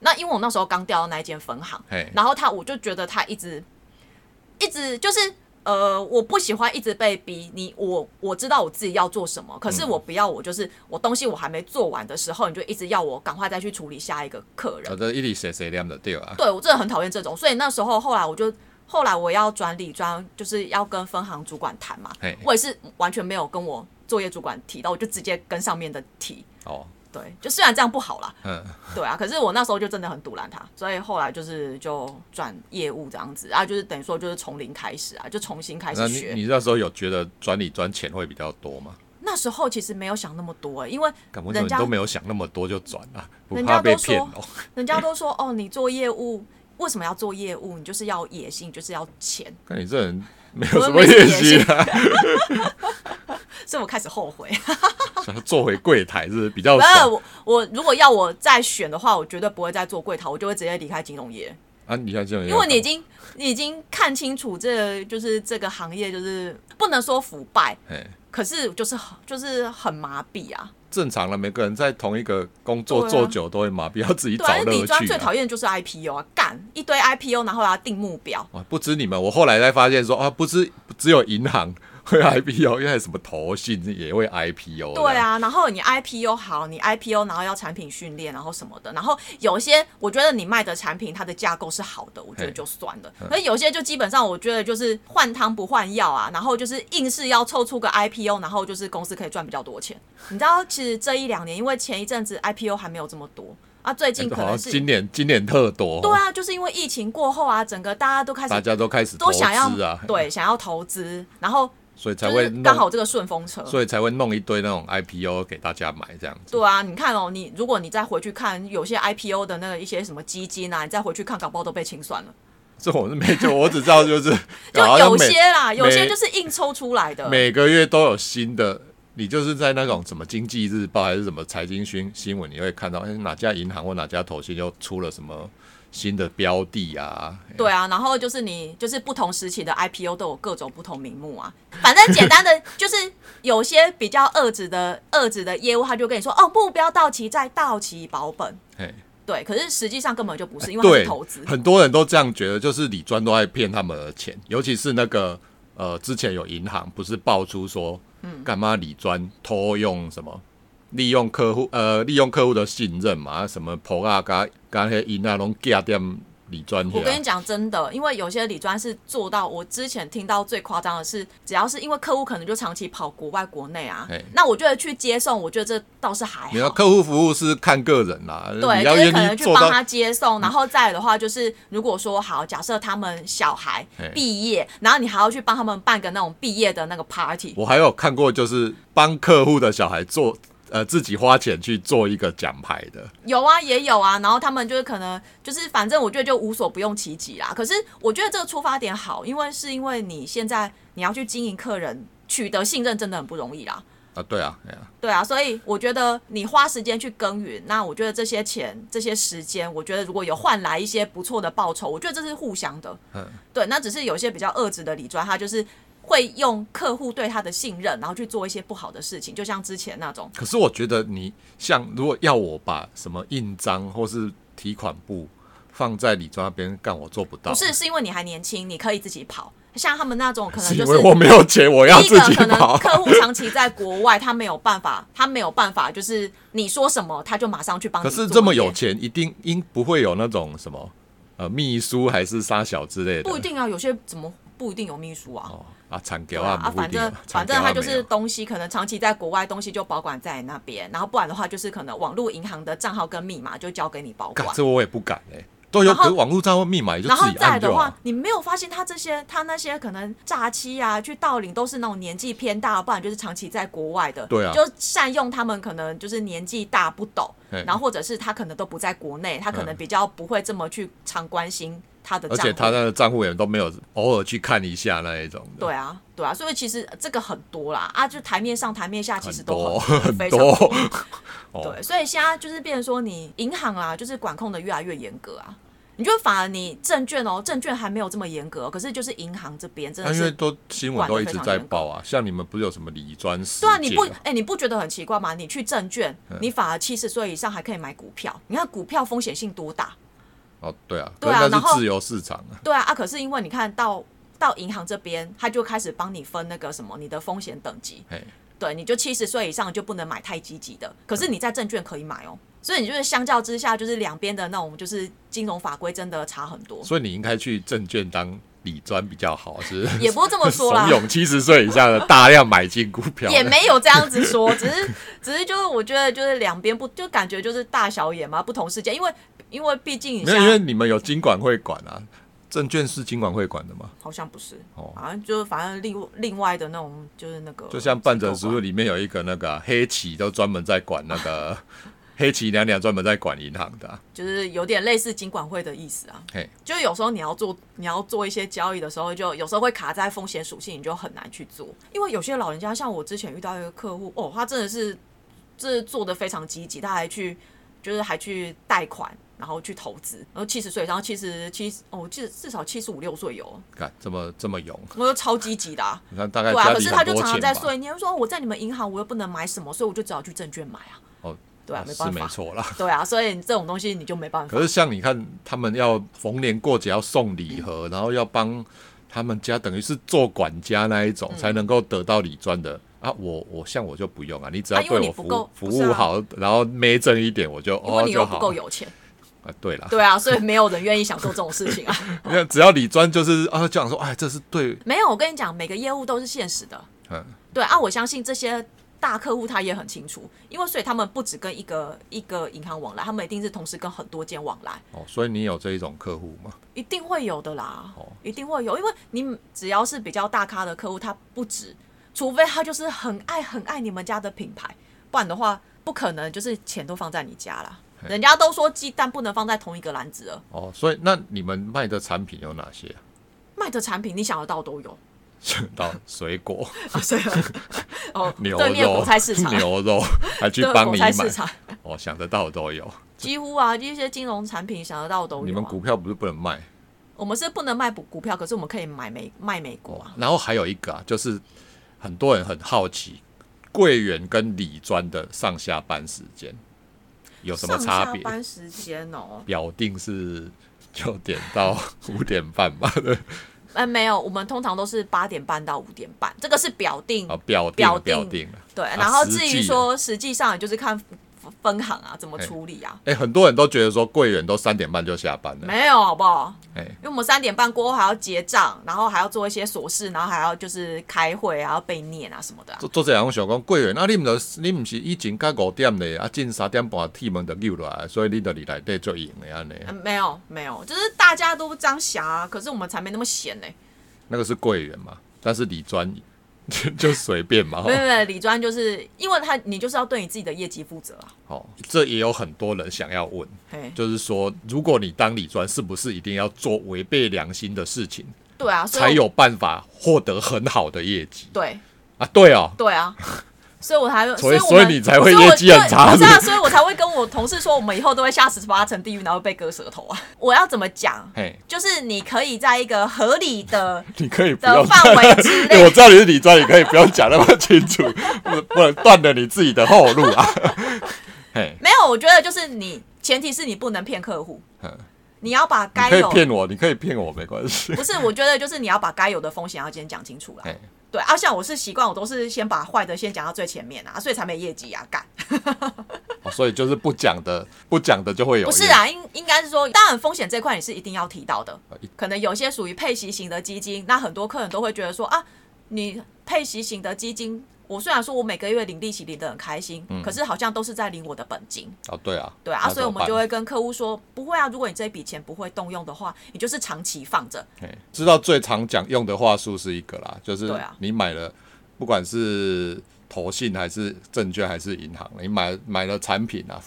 S2: 那因为我那时候刚调到那一间分行
S1: 嘿，
S2: 然后他我就觉得他一直一直就是呃，我不喜欢一直被逼你，我我知道我自己要做什么，可是我不要我就是我东西我还没做完的时候，你就一直要我赶快再去处理下一个客人
S1: 反。正一里谁谁亮的对啊，
S2: 对我真的很讨厌这种，所以那时候后来我就后来我要转理专，就是要跟分行主管谈嘛
S1: 嘿，
S2: 我也是完全没有跟我作业主管提到，我就直接跟上面的提。
S1: 哦，
S2: 对，就虽然这样不好啦，
S1: 嗯，
S2: 对啊，可是我那时候就真的很堵拦他，所以后来就是就转业务这样子啊，就是等于说就是从零开始啊，就重新开
S1: 那
S2: 始
S1: 你
S2: 学。
S1: 你那时候有觉得转你转钱会比较多吗？
S2: 那时候其实没有想那么多、欸因为
S1: 干为什么
S2: 人
S1: 你
S2: 家
S1: 都没有想那么多就转了、不
S2: 人
S1: 怕
S2: 家
S1: 被
S2: 都
S1: 骗
S2: 说
S1: 哦？
S2: 人家都说哦，你做业务为什么要做业务？你就是要野心，就是要钱。
S1: 看你这人没有
S2: 我
S1: 什
S2: 们
S1: 么
S2: 没
S1: 业
S2: 什么野
S1: 绩啊，
S2: 所以我开始后悔。
S1: 想要做回柜台是比较
S2: 不是
S1: 爽
S2: 我，我如果要我再选的话，我绝对不会再做柜台，我就会直接离开金融业，
S1: 啊。你像这样，
S2: 因为你已经你已经看清楚这就是这个行业就是不能说腐败，
S1: 哎，
S2: 可是就是很就是很麻痹啊。
S1: 正常的每个人在同一个工
S2: 对
S1: 作
S2: 啊
S1: 做久都会麻痹，要自己
S2: 对啊，
S1: 找
S2: 因为
S1: 乐
S2: 理专
S1: 趣
S2: 最
S1: 啊。
S2: 讨厌的就是 IPO 啊，干一堆 IPO，然后要定目标。
S1: 哇，哦不止你们，我后来才发现说啊，不止只有银行会 IPO，原来什么投信也会 IPO。
S2: 啊对，啊，然后你 IPO 好，你 IPO 然后要产品训练，然后什么的，然后有些我觉得你卖的产品它的架构是好的，我觉得
S1: 嘿嗯
S2: 就算了。可是有些就基本上我觉得就是换汤不换药啊，然后就是硬是要凑出个 IPO，然后就是公司可以赚比较多钱。你知道，其实这一两年因为前一阵子 IPO 还没有这么多啊，最近可
S1: 哎好像
S2: 能是、
S1: 哦今年今年特多哦，
S2: 对啊，就是因为疫情过后啊，整个大家都开
S1: 大
S2: 始
S1: 家都开始投
S2: 都想要
S1: 资啊，，
S2: 对想要投资，然后
S1: 所以才
S2: 就
S1: 会
S2: 是
S1: 弄
S2: 刚好这个顺风车。
S1: 所以才会弄一堆那种 IPO 给大家买这样子。
S2: 对啊，你看哦，你如果你再回去看有些 IPO 的那个一些什么基金啊，你再回去看，搞不好都被清算了。
S1: 这我是没，就我只知道就是
S2: 就
S1: 啊好像
S2: 有
S1: 每
S2: 些啦，有些
S1: 每
S2: 就是硬抽出来的。
S1: 每个月都有新的，你就是在那种什么经济日报还是什么财经新新闻，你会看到哎哪家银行或哪家投信又出了什么新的标的啊？
S2: 对啊，然后就是你就是不同时期的 IPO 都有各种不同名目啊。反正简单的 就是有些比较遏制的遏制的业务，他就跟你说哦，目标到期再到期保本。
S1: 哎，
S2: 对，可是实际上根本就不是，因为它
S1: 对
S2: 是投资，。
S1: 很多人都这样觉得，就是李专都在骗他们的钱，尤其是那个呃，之前有银行不是爆出说，
S2: 嗯
S1: 干嘛李专偷用什么？利用客户呃，利用客户的信任嘛，什么婆啊，嘎嘎些银啊，拢寄点李专去
S2: 我跟你
S1: 啊，
S2: 讲真的，因为有些理专是做到，我之前听到最夸张的是，只要是因为客户可能就长期跑国外国内啊
S1: 嘿，
S2: 那我觉得去接送，我觉得这倒是还
S1: 你要
S2: 好。
S1: 客户服务是看个人啦，
S2: 对，
S1: 你
S2: 就
S1: 要
S2: 是可
S1: 愿意
S2: 能去
S1: 做
S2: 帮
S1: 到嗯
S2: 他接送，然后再来的话就是，如果说好，假设他们小孩
S1: 嘿
S2: 毕业，然后你还要去帮他们办个那种毕业的那个 party，
S1: 我还有看过，就是帮客户的小孩做，呃，自己花钱去做一个奖牌的，
S2: 有啊，也有啊，然后他们就是可能就是反正我觉得就无所不用其极啦。可是我觉得这个出发点好，因为是因为你现在你要去经营客人，取得信任真的很不容易啦。
S1: 啊，对啊，哎呀、
S2: 对啊，所以我觉得你花时间去耕耘，那我觉得这些钱、这些时间，我觉得如果有换来一些不错的报酬，我觉得这是互相的。
S1: 嗯，
S2: 对，那只是有些比较恶质的理专，他就是会用客户对他的信任，然后去做一些不好的事情，就像之前那种。
S1: 可是我觉得你像如果要我把什么印章或是提款簿放在李庄那边干，我做不到。
S2: 不是，是因为你还年轻，你可以自己跑。像他们那种可能
S1: 是
S2: 就
S1: 因
S2: 是
S1: 为我没有钱，我要
S2: 第一
S1: 自
S2: 个
S1: 己
S2: 可能
S1: 跑。
S2: 客户长期在国外，他没有办法，他没有办法，就是你说什么他就马上去帮你
S1: 可
S2: 做。
S1: 是这么有，钱，一定应不会有那种什么呃秘书还是沙小之类的
S2: 不一定啊，有些怎么不一定有秘书啊？
S1: 哦啊，产
S2: 对
S1: 给
S2: 啊，啊
S1: 不一
S2: 反
S1: 定
S2: 正
S1: 啊，
S2: 反
S1: 长
S2: 正
S1: 条
S2: 他
S1: 啊
S2: 就
S1: 没
S2: 是
S1: 有
S2: 东西可能长期在国外，东西就保管在那边，然后不然的话就是可能网络银行的账号跟密码就交给你保管
S1: 干。这我也不敢哎、都有
S2: 然后
S1: 可是网络账号密码也就
S2: 然后
S1: 自己
S2: 再来
S1: 按
S2: 的
S1: 就
S2: 话
S1: 好。，
S2: 你没有发现他这些他那些可能诈欺啊、去盗领都是那种年纪偏大，不然就是长期在国外的。
S1: 对啊
S2: 就善用他们可能就是年纪大不懂，
S1: 嘿嗯
S2: 然后或者是他可能都不在国内，他可能比较不会这么去常关心他的
S1: 而
S2: 账
S1: 且
S2: 户。
S1: 他那个账户也都没有偶尔去看一下那一种的。
S2: 对啊，对啊，所以其实这个很多啦啊，就台面上台面下其实
S1: 很
S2: 都
S1: 多
S2: 很 非
S1: 很
S2: 常
S1: 多，哦
S2: 对，所以现在就是变成说，你银行啊，就是管控的越来越严格啊。你就反而你证券哦，证券还没有这么严格哦、可是就是银行这边真
S1: 那、
S2: 的
S1: 啊因为
S2: 是。
S1: 都新闻
S2: 管得
S1: 都一
S2: 非
S1: 直
S2: 常
S1: 在
S2: 严格
S1: 报啊，像你们不是有什么理嗯专事
S2: 对啊，你
S1: 件
S2: 不哎、你不觉得很奇怪吗？你去证券，你反而七十岁以上还可以买股票，你看股票风险性多大？
S1: 哦，对啊，
S2: 对啊
S1: 可是
S2: 然
S1: 那
S2: 后
S1: 是自由市场啊，
S2: 对啊啊，可是因为你看到到银行这边，他就开始帮你分那个什么你的风险等级，
S1: 哎，
S2: 对，你就七十岁以上就不能买太积极的，可是你在证券可以买哦。所以你就是相较之下，就是两边的那种就是金融法规真的差很多。
S1: 所以你应该去证券当理专比较好，是
S2: 也不是这么说啦
S1: 怂恿七十岁以下的大量买进股票，
S2: 也没有这样子说，只是 只是就是我觉得就是两边不就感觉就是大小眼嘛，不同世界，因为因为毕竟你
S1: 没有，因为
S2: 像
S1: 你们有金管会管啊，证券是金管会管的嘛，
S2: 好像不是，
S1: 哦
S2: 好像就是反正另另外的那种就是那个，
S1: 就像半泽直
S2: 书
S1: 树里面有一个那个啊、黑旗，都专门在管那 个黑旗娘娘，专门在管银行的啊、
S2: 就是有点类似金管会的意思啊。
S1: 嘿，
S2: 就有时候你要做你要做一些交易的时候，就有时候会卡在风险属性，你就很难去做。因为有些老人家，像我之前遇到一个客户，哦，他真的是这做的非常积极，他还去就是还去贷款，然后去投资，然后七十岁，然后七十七哦，至至少七十五六岁有，
S1: 看这么这么勇，
S2: 我就超积极的、啊。
S1: 你看大概
S2: 对啊，
S1: 家
S2: 可
S1: 里
S2: 是他
S1: 很
S2: 就
S1: 多
S2: 常
S1: 钱
S2: 常在
S1: 吧，
S2: 碎念说我在你们银行我又不能买什么，所以我就只好去证券买啊。
S1: 哦，
S2: 对啊，没
S1: 是
S2: 办
S1: 没
S2: 法。
S1: 错啦。
S2: 对啊，所以这种东西你就没办法。
S1: 可是像你看，他们要逢年过节要送礼盒，然后要帮他们家，等于是做管家那一种，
S2: 嗯
S1: 才能够得到礼赚的啊。我我像我就不用啊，你只要
S2: 啊因为
S1: 对
S2: 你
S1: 我
S2: 不
S1: 服
S2: 够
S1: 务服
S2: 不是啊
S1: 务好，然后没挣一点，我就
S2: 因
S1: 哦
S2: 为你又
S1: 就
S2: 不
S1: 好
S2: 够有钱，
S1: 啊。对 啦，
S2: 对啊，所以没有人愿意想做这种事情啊。
S1: 因为只要礼赚就是啊，就想说哎，这是对，
S2: 没有，我跟你讲，每个业务都是现实的。
S1: 嗯，
S2: 对啊，我相信这些大客户他也很清楚，因为所以他们不只跟一个一个银行往来，他们一定是同时跟很多间往来，
S1: 哦，所以你有这一种客户吗？
S2: 一定会有的啦，
S1: 哦
S2: 一定会有，因为你只要是比较大咖的客户，他不止，除非他就是很爱很爱你们家的品牌，不然的话不可能就是钱都放在你家啦。
S1: 嘿
S2: 人家都说鸡蛋不能放在同一个篮子了，
S1: 哦，所以那你们卖的产品有哪些啊？
S2: 卖的产品你想得到都有
S1: 想到水果、
S2: 啊，所以哦，
S1: 牛
S2: 对面
S1: 肉、
S2: 果菜市 场，
S1: 牛肉，还去
S2: 对
S1: 帮
S2: 果
S1: 你
S2: 菜
S1: 买。
S2: 市场，
S1: 哦，想得到都有。
S2: 几乎啊，一些金融产品想得到都有、啊。
S1: 你们股票不是不能卖？
S2: 我们是不能卖股股票，可是我们可以买美卖美国啊。
S1: 然后还有一个啊，就是很多人很好奇，柜员跟理专的上下班时间有哦什么差
S2: 上
S1: 别
S2: 下？班时间哦，
S1: 表定是九点 到五点半吧？ 对
S2: 哎，没有，我们通常都是八点半到五点半，这个是表定。
S1: 啊，表定
S2: 表定
S1: 表定了。
S2: 对，
S1: 啊
S2: 然后
S1: 实
S2: 至
S1: 际
S2: 于
S1: 啊
S2: 说实际上，就是看分分行啊怎么处理啊。
S1: 哎、很多人都觉得说柜员都三点半就下班了。
S2: 没有，好不好？
S1: 哎、
S2: 因为我们三点半过后还要结账，然后还要做一些琐事，然后还要就是开会，还要被念啊什么的啊、
S1: 做做这样想讲柜员，啊，你毋是你毋是以前到五点咧，啊，进三点半铁门就溜落来，所以你就里内底做用的安尼。啊
S2: 嗯，没有没有，就是大家都这样想啊，可是我们才没那么闲呢、
S1: 那个是柜员嘛，但是理专 就就随便嘛。吼哦
S2: 没有没有，理专就是因为他你就是要对你自己的业绩负责啊。
S1: 哦，这也有很多人想要问，
S2: 嘿，
S1: 就是说，如果你当理专，是不是一定要做违背良心的事情，
S2: 对啊，所以我
S1: 才有办法获得很好的业绩
S2: 对
S1: 啊？对哦，
S2: 对 啊，所以我才
S1: 所以
S2: 所
S1: 所以你才会业绩很差
S2: 是啊，所以我才会跟我同事说，我们以后都会下十八层地狱，然后被割舌头啊。我要怎么讲？
S1: 嘿，
S2: 就是你可以在一个合理的
S1: 你可以不
S2: 的
S1: 用。
S2: 范围之
S1: 欸
S2: 内
S1: 我，知道你是理专，你可以不用讲那么清楚， 不不能断了你自己的后路啊。 嘿，
S2: 没有，我觉得就是你前提是你不能骗客户，
S1: 嗯
S2: 你要把
S1: 你
S2: 该
S1: 可以
S2: 有
S1: 骗我，你可以骗我没关系。
S2: 不是，我觉得就是你要把该有的风险要先讲清楚啦
S1: 哎。
S2: 对啊，像我是习惯，我都是先把坏的先讲到最前面啊，所以才没业绩啊，干。
S1: 哦所以就是不讲的，不讲的就会有。
S2: 不是，啊，应应该是说，当然风险这块你是一定要提到的
S1: 呃一。
S2: 可能有些属于配息型的基金，那很多客人都会觉得说啊，你配息型的基金，我虽然说我每个月领利息领得很开心，可是好像都是在领我的本金。
S1: 哦，对啊，
S2: 对啊，
S1: 嗯那
S2: 所
S1: 怎
S2: 以我
S1: 么
S2: 们
S1: 办
S2: 就会跟客户说，不会啊，如果你这笔钱不会动用的话，你就是长期放着。
S1: 嘿知道最常讲用的话术是一个啦，就是
S2: 对啊
S1: 你买了，不管是投信还是证券还是银行，你买买了产品啊，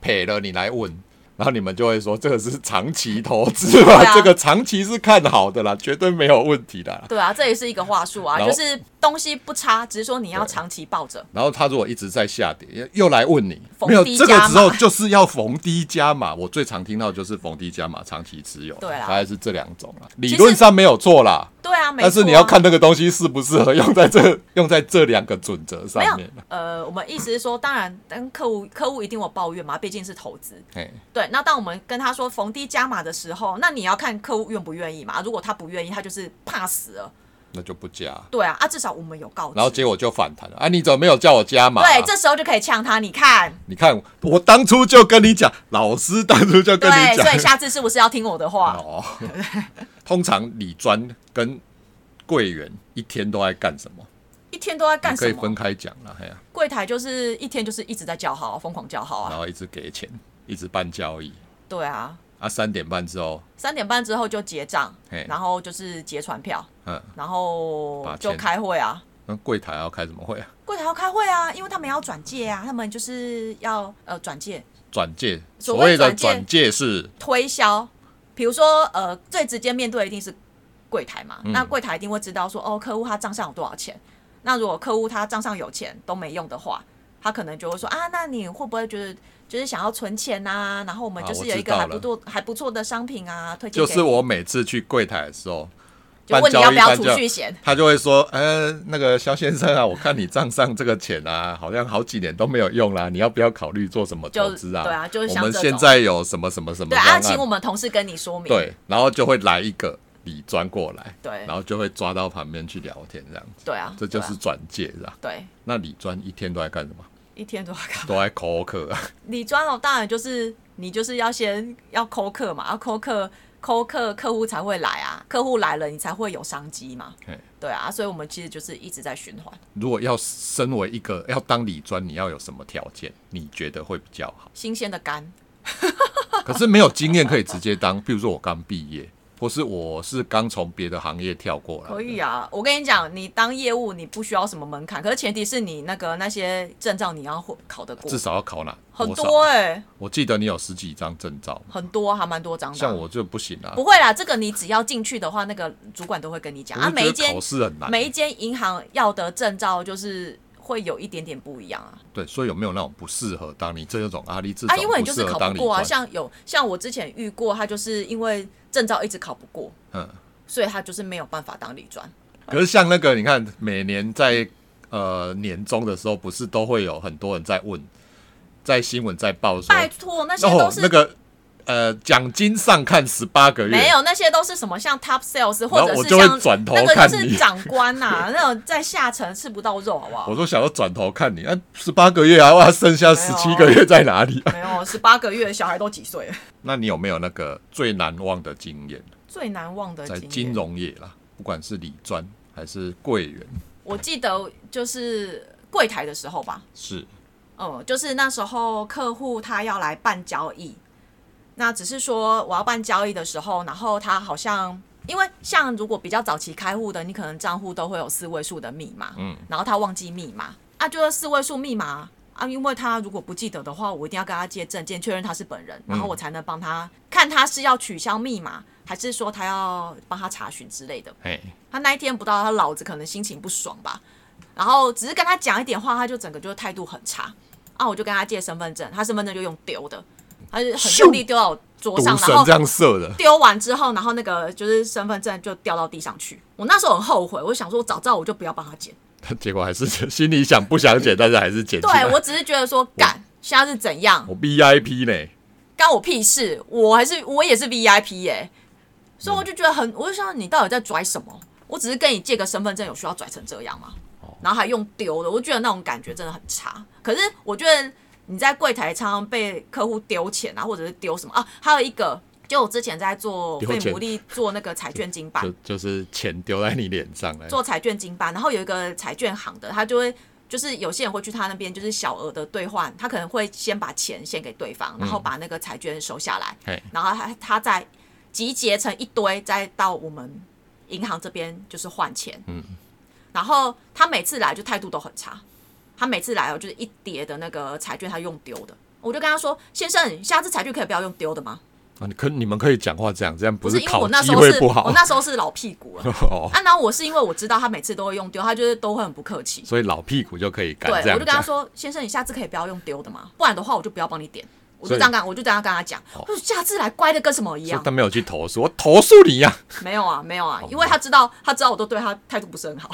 S1: 赔了你来问。然后你们就会说这个是长期投资嘛，
S2: 对啊
S1: 这个长期是看好的啦，绝对没有问题的啦。
S2: 对啊，这也是一个话术啊，
S1: 然
S2: 就
S1: 后
S2: 是东西不差，只是说你要
S1: 对
S2: 长期抱着。
S1: 然后他如果一直在下跌，又来问你，
S2: 逢
S1: 没有
S2: 低
S1: 这个
S2: 加码
S1: 时候就是要逢低加码。我最常听到就是逢低加码，长期持有，
S2: 对啦
S1: 大概是这两种啦。理
S2: 实
S1: 论上没有错啦，
S2: 对啊，没错、啊。
S1: 但是你要看那个东西适不适合用在这 用在这两个准则上
S2: 没有
S1: 面。，啊
S2: 呃，我们意思是说，当然跟客户客户一定有抱怨嘛，毕竟是投资。
S1: 嘿，
S2: 对，那当我们跟他说逢低加码的时候，那你要看客户愿不愿意嘛。如果他不愿意，他就是怕死了。
S1: 那就不加，
S2: 对啊，啊，至少我们有告知。
S1: 然后结果就反弹了。啊，你怎么没有叫我加码、
S2: 对，这时候就可以呛他。你看，
S1: 你看我当初 就跟你讲，老师当初就跟
S2: 对，
S1: 你讲
S2: 所以，下次是不是要听我的话？
S1: 哦，通常理专跟柜员一天都在干什么？
S2: 一天都在干
S1: 你可
S2: 什
S1: 以分
S2: 么？
S1: 开讲了，哎呀、
S2: 柜台就是一天就是一直在叫好啊，疯狂叫好啊。
S1: 然后一直给钱，一直办交易。
S2: 对啊，
S1: 啊，三点半之后，
S2: 三点半之后就结账
S1: 嘿，
S2: 然后就是结传票，
S1: 嗯，
S2: 然后
S1: 把
S2: 就
S1: 钱
S2: 开会啊。
S1: 那柜台要开什么会啊？
S2: 柜台要开会啊，因为他们要转介啊，他们就是要呃转介
S1: 转介，
S2: 所
S1: 所
S2: 谓
S1: 谓的
S2: 转介
S1: 转介是
S2: 推销。比如说呃，最直接面对一定是柜台嘛，
S1: 嗯
S2: 那柜台一定会知道说哦，客户他账上有多少钱。那如果客户他账上有钱都没用的话，他可能就会说啊，那你会不会觉得就是想要存钱啊？然后我们
S1: 啊
S2: 就是
S1: 我
S2: 有一
S1: 知
S2: 个
S1: 道
S2: 还不
S1: 了
S2: 错还不错的商品啊，推荐
S1: 就
S2: 给
S1: 是
S2: 你
S1: 我每次去柜台的时候，
S2: 就
S1: 办
S2: 问你
S1: 交
S2: 要
S1: 易
S2: 不要
S1: 办
S2: 储
S1: 交
S2: 蓄险。
S1: 他就会说：“呃，那个肖先生啊，我看你账上这个钱啊，好像好几年都没有用啦，你要不要考虑做什么投资啊？
S2: 就对啊就是
S1: 我
S2: 像
S1: 们
S2: 这种
S1: 现在有什么什么什么
S2: 对
S1: 方
S2: 啊，
S1: 案，
S2: 请我们同事跟你说明。
S1: 对，然后就会来一个理专过来，
S2: 对
S1: 然后就会抓到旁边去聊天这样子，
S2: 对啊，
S1: 这就是
S2: 对啊
S1: 转介是吧？
S2: 对
S1: 那理专一天都在干什么？
S2: 一天都要干嘛？
S1: 都在 call 客啊，
S2: 理专哦，当然就是你就是要先要扣客嘛，要扣客扣客客户才会来啊，客户来了你才会有商机嘛
S1: 嘿。
S2: 对啊，所以我们其实就是一直在循环。
S1: 如果要身为一个要当理专，你要有什么条件？你觉得会比较好？
S2: 新鲜的肝，
S1: 可是没有经验可以直接当，比如说我刚毕业，或是我是刚从别的行业跳过来，
S2: 可以啊。我跟你讲，你当业务你不需要什么门槛，可是前提是你那个那些证照你要会考得过
S1: 至，少要考哪？
S2: 很
S1: 多少
S2: 多哎、
S1: 我记得你有十几张证照，
S2: 很多还蛮多张的啊。
S1: 像我就不行啊。
S2: 不会啦，这个你只要进去的话，那个主管都会跟你讲
S1: 我
S2: 啊。
S1: 就觉
S2: 每
S1: 得
S2: 一间
S1: 考试很难，
S2: 每一间银行要的证照就是会有一点点不一样啊。
S1: 对，所以有没有那种不适合当你这种阿力这
S2: 啊，
S1: 种
S2: 因为你
S1: 不
S2: 就是
S1: 适合
S2: 考
S1: 当
S2: 不
S1: 理
S2: 过啊，
S1: 专？
S2: 像有像我之前遇过，他就是因为证照一直考不过，
S1: 嗯，
S2: 所以他就是没有办法当理专。
S1: 可是像那个你看，每年在呃年终的时候，不是都会有很多人在问，在新闻在报说，
S2: 拜托，那些都
S1: 哦
S2: 是、
S1: 那个呃奖金上看十八个月，
S2: 没有，那些都是什么像 top sales 或
S1: 后
S2: 者
S1: 我
S2: 是
S1: 就会
S2: 像
S1: 转头
S2: 那个
S1: 看
S2: 就是
S1: 你
S2: 长官呐、 那种在下层吃不到肉，好不好
S1: 我？都想要转头看你，啊，十八个月啊，哇，剩
S2: 哎
S1: 下十七个月在哪里、啊？
S2: 没有，十八个月小孩都几岁了？
S1: 那你有没有那个最难忘的经验，
S2: 最难忘的
S1: 在
S2: 经验
S1: 金融业啦，不管是理专还是柜员，
S2: 我记得就是柜台的时候吧，
S1: 是
S2: 嗯，就是那时候客户他要来办交易，那只是说我要办交易的时候，然后他好像因为像如果比较早期开户的，你可能账户都会有四位数的密码，嗯，然后他忘记密码啊，就是四位数密码啊，因为他如果不记得的话，我一定要跟他借证件确认他是本人，然后我才能帮他看他是要取消密码，还是说他要帮他查询之类的。
S1: 哎，
S2: 他那一天不到，他老子可能心情不爽吧，然后只是跟他讲一点话，他就整个就态度很差。啊，我就跟他借身份证，他身份证就用丢的，他就很用力丢到我桌
S1: 赌
S2: 上，
S1: 神
S2: 然后
S1: 这样射的，
S2: 丢完之后，然后那个就是身份证就掉到地上去。我那时候很后悔，我想说，我早知道我就不要帮他捡。
S1: 结果还是 心里想不想 捡，但是还是 捡起
S2: 对
S1: 来。
S2: 我只是觉得说，干现在是怎样，
S1: 我 VIP 呢，
S2: 干我屁事，我还是我也是 VIP 耶、所以
S1: 嗯
S2: 我就觉得很，我就想你到底在拽什么？我只是跟你借个身份证，有需要拽成这样吗？
S1: 哦
S2: 然后还用丢的，我觉得那种感觉真的很差。可是我觉得你在柜台常常被客户丢钱啊，或者是丢什么啊，还有一个，就我之前在做
S1: 丢
S2: 费
S1: 钱
S2: 姆利 做那个彩券金版
S1: 就，就是钱丢在你脸上来，
S2: 做彩券金吧，然后有一个彩券行的，他就会就是有些人会去他那边，就是小额的兑换，他可能会先把钱献给对方，然
S1: 嗯
S2: 后把那个彩券收下来，
S1: 嘿
S2: 然后他他再集结成一堆，再到我们银行这边就是换钱。嗯，然后他每次来就态度都很差，他每次来哦就是一叠的那个彩券，他用丢的。我就跟他说：“先生，下次彩券可以不要用丢的吗？
S1: 啊，你可你们可以讲话这样，这样不
S2: 不是因为
S1: 考
S2: 我那时
S1: 机
S2: 候
S1: 会
S2: 是，
S1: 不好
S2: 我那时候是老屁股了。
S1: 哦，
S2: 啊，然后我是因为我知道他每次都会用丢，他就是都会很不客气。
S1: 所以老屁股就可以敢
S2: 对，
S1: 这
S2: 我
S1: 样
S2: 就跟他
S1: 讲。
S2: 说：“先生，你下次可以不要用丢的嘛，不然的话我就不要帮你点。”我就
S1: 所以哦
S2: 这样跟他，我就这样跟他讲，我说下次来乖的跟什么一
S1: 所以
S2: 样
S1: 他。没有去投诉，我投诉你呀、
S2: 没有啊，没有啊，因为他知道，他知道我都对他态度不是很好，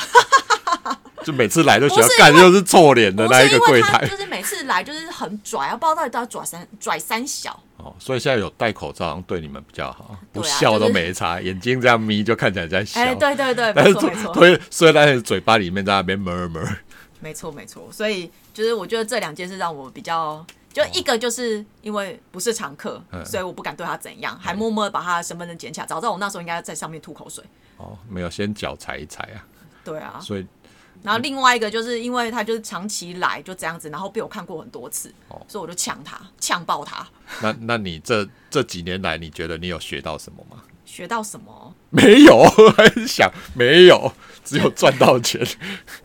S1: 就每次来都想
S2: 不是
S1: 干，又是臭脸的
S2: 不
S1: 那
S2: 是
S1: 一个
S2: 因为
S1: 柜
S2: 他
S1: 台
S2: 就是每次来就是很拽，啊，不知道到底都要拽三拽三小，
S1: 哦，所以现在有戴口罩好像对你们比较好，
S2: 对啊
S1: 不笑
S2: 就
S1: 都
S2: 是
S1: 没差，眼睛这样眯就看起来在笑。
S2: 哎，对对对，
S1: 但
S2: 没
S1: 是
S2: 错没 错，
S1: 对，虽然嘴巴里面在那边 murmur，
S2: 没错没错，所以就是我觉得这两件事让我比较就一个就是因为不是常客，
S1: 嗯
S2: 所以我不敢对他怎样，还默默地把他的身份证捡起来。早知道我那时候应该在上面吐口水。
S1: 哦，没有，先脚踩一踩啊，
S2: 对啊，
S1: 所以
S2: 然
S1: 嗯
S2: 后另外一个就是因为他就是长期来就这样子，然后被我看过很多次，
S1: 哦
S2: 所以我就呛他，呛爆他。
S1: 那那你这这几年来，你觉得你有学到什么吗？
S2: 学到什么？
S1: 没有， 还是想没有，只有赚到钱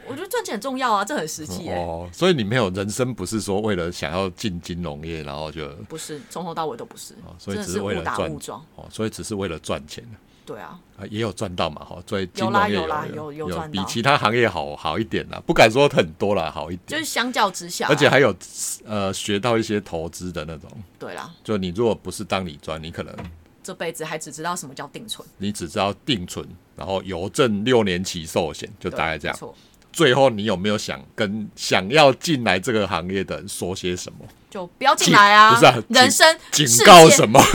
S2: 我觉得赚钱很重要啊，这很实际耶、
S1: 哦。所以你没有人生不是说为了想要进金融业，然后就
S2: 不是，从头到尾都不是，
S1: 哦，所
S2: 真
S1: 以
S2: 的
S1: 只
S2: 是
S1: 为
S2: 误
S1: 了
S2: 打
S1: 赚
S2: 误撞。
S1: 哦，所以只是为了赚钱
S2: 对啊，
S1: 啊，也有赚到嘛哈，所以金
S2: 有啦
S1: 融业
S2: 有啦有有
S1: 有
S2: 赚
S1: 比
S2: 到
S1: 其他行业好好一点啦，不敢说很多啦，好一
S2: 就
S1: 点
S2: 是，啊相较之下啦，
S1: 而且还有呃学到一些投资的那种，
S2: 对啦，
S1: 就你如果不是当理专，你可能
S2: 这辈子还只知道什么叫定存，
S1: 你只知道定存，然后邮政六年期寿险，就
S2: 对
S1: 大概这样
S2: 没。错，
S1: 最后你有没有想跟想要进来这个行业的人说些什么？
S2: 就不要进来啊！
S1: 不是啊
S2: 人生
S1: 警告什
S2: 么？
S1: 么？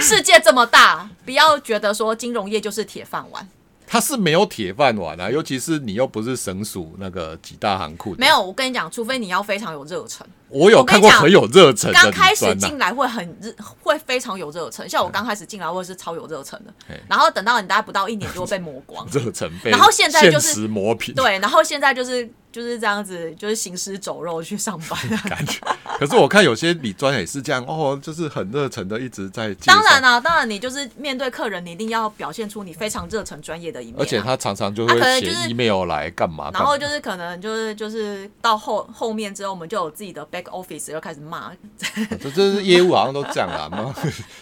S2: 世界这么大，不要觉得说金融业就是铁饭碗。
S1: 他是没有铁饭碗啊，尤其是你又不是省属那个几大行库的，
S2: 没有，我跟你讲，除非你要非常有热忱。
S1: 我有看过
S2: 我跟
S1: 很
S2: 你
S1: 有热忱的
S2: 刚
S1: 女
S2: 开始
S1: 专啊呐、
S2: 进来会很热，会非常有热忱。像我刚开始进来，我也是超有热忱的
S1: 嘿。。
S2: 然后等到你大概不到一年，就会被磨光
S1: 热忱被
S2: 然后现在就是
S1: 现实磨平，
S2: 对，然后现在就是就是这样子，就是行尸走肉去上班。啊
S1: 感觉。可是我看有些理专也是这样哦，就是很热忱的一直在介绍
S2: 当然啊啦、当然你就是面对客人，你一定要表现出你非常热忱、专业的一面啊、
S1: 而且他常常就
S2: 啊可
S1: 会
S2: 能
S1: 写
S2: 就是
S1: email 来干嘛干嘛
S2: 然后就是可能就是就是到后后面之后，我们就有自己的 back office，又开始骂，
S1: 这这是业务好像都这样啦，妈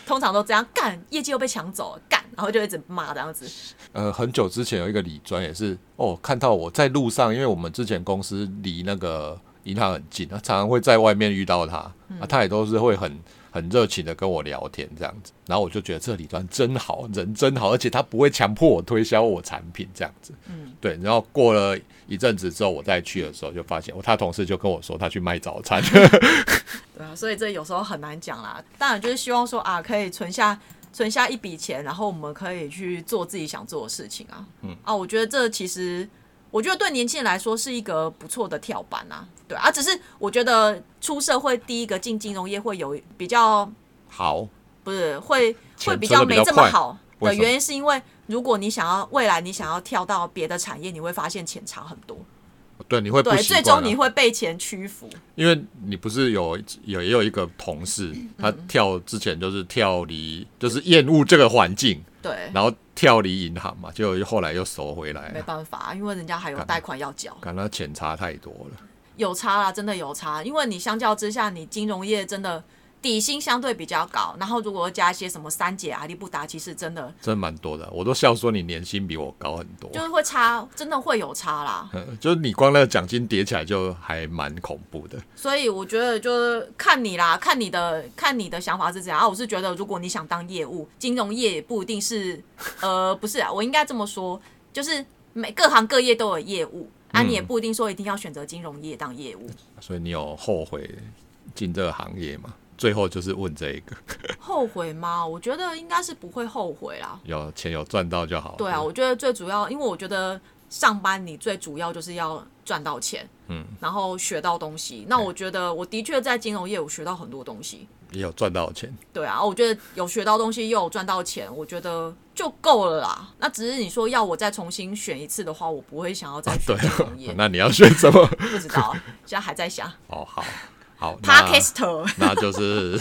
S2: 通常都这样干，业绩又被抢走了，干，然后就一直骂这样子。
S1: 呃，很久之前有一个理专也是哦，看到我在路上，因为我们之前公司离那个银行很近，他常常会在外面遇到他，
S2: 嗯
S1: 啊，他也都是会很很热情的跟我聊天这样子，然后我就觉得这理专真好，人真好，而且他不会强迫我推销我产品这样子，嗯，对，然后过了一阵子之后，我再去的时候就发现，哦我他同事就跟我说他去卖早 餐，
S2: 对啊，所以这有时候很难讲啦。当然就是希望说啊，可以存下存下一笔钱，然后我们可以去做自己想做的事情啊。嗯啊，我觉得这其实我觉得对年轻人来说是一个不错的跳板啊。对啊，只是我觉得出社会第一个进金融业会有比较
S1: 好，
S2: 不是会
S1: 钱
S2: 会比
S1: 赚
S2: 较
S1: 得比较
S2: 没这么
S1: 快
S2: 好
S1: 为
S2: 的
S1: 什么
S2: 原因，是因为如果你想要未来你想要跳到别的产业，你会发现钱差很多。
S1: 对，你会不
S2: 对，
S1: 习
S2: 最
S1: 惯
S2: 终
S1: 啊
S2: 你会被钱屈服。
S1: 因为你不是有有也有一个同事，
S2: 嗯
S1: 他跳之前就是跳离，就是厌恶这个环境，
S2: 对，
S1: 然后跳离银行嘛，结果后来又收回来
S2: 没
S1: 了，
S2: 办法，啊因为人家还有贷款要缴。
S1: 感到钱差太多了。
S2: 有差啦，真的有差，因为你相较之下，你金融业真的底薪相对比较高，然后如果加一些什么三姐阿利布达，其实真的
S1: 真的蛮多的，我都笑说你年薪比我高很多
S2: 就，是会差，真的会有差啦。
S1: 嗯 就是你光那个奖金叠起来就还蛮恐怖的。
S2: 所以我觉得就是看你啦，看你的看你的想法是怎样啊。我是觉得如果你想当业务，金融业也不一定是，呃，不是啊，我应该这么说，就是每各行各业都有业务。啊，你也不一定说一定要选择金融业当业务，
S1: 所以你有后悔进这个行业吗？最后就是问这一个，
S2: 后悔吗？我觉得应该是不会后悔啦。
S1: 有钱有赚到就好。
S2: 对啊，，我觉得最主要，因为我觉得上班你最主要就是要赚到钱，嗯，然后学到东西。那我觉得我的确在金融业有学到很多东西，
S1: 也有赚到钱。
S2: 对啊，我觉得有学到东西又有赚到钱，我觉得就够了啦。那只是你说要我再重新选一次的话，我不会想要再选
S1: 啊 对
S2: 金融业，
S1: 那你要选什么？
S2: 不知道，啊 现在还在想。
S1: 哦，好好，那
S2: Podcaster
S1: 那就是，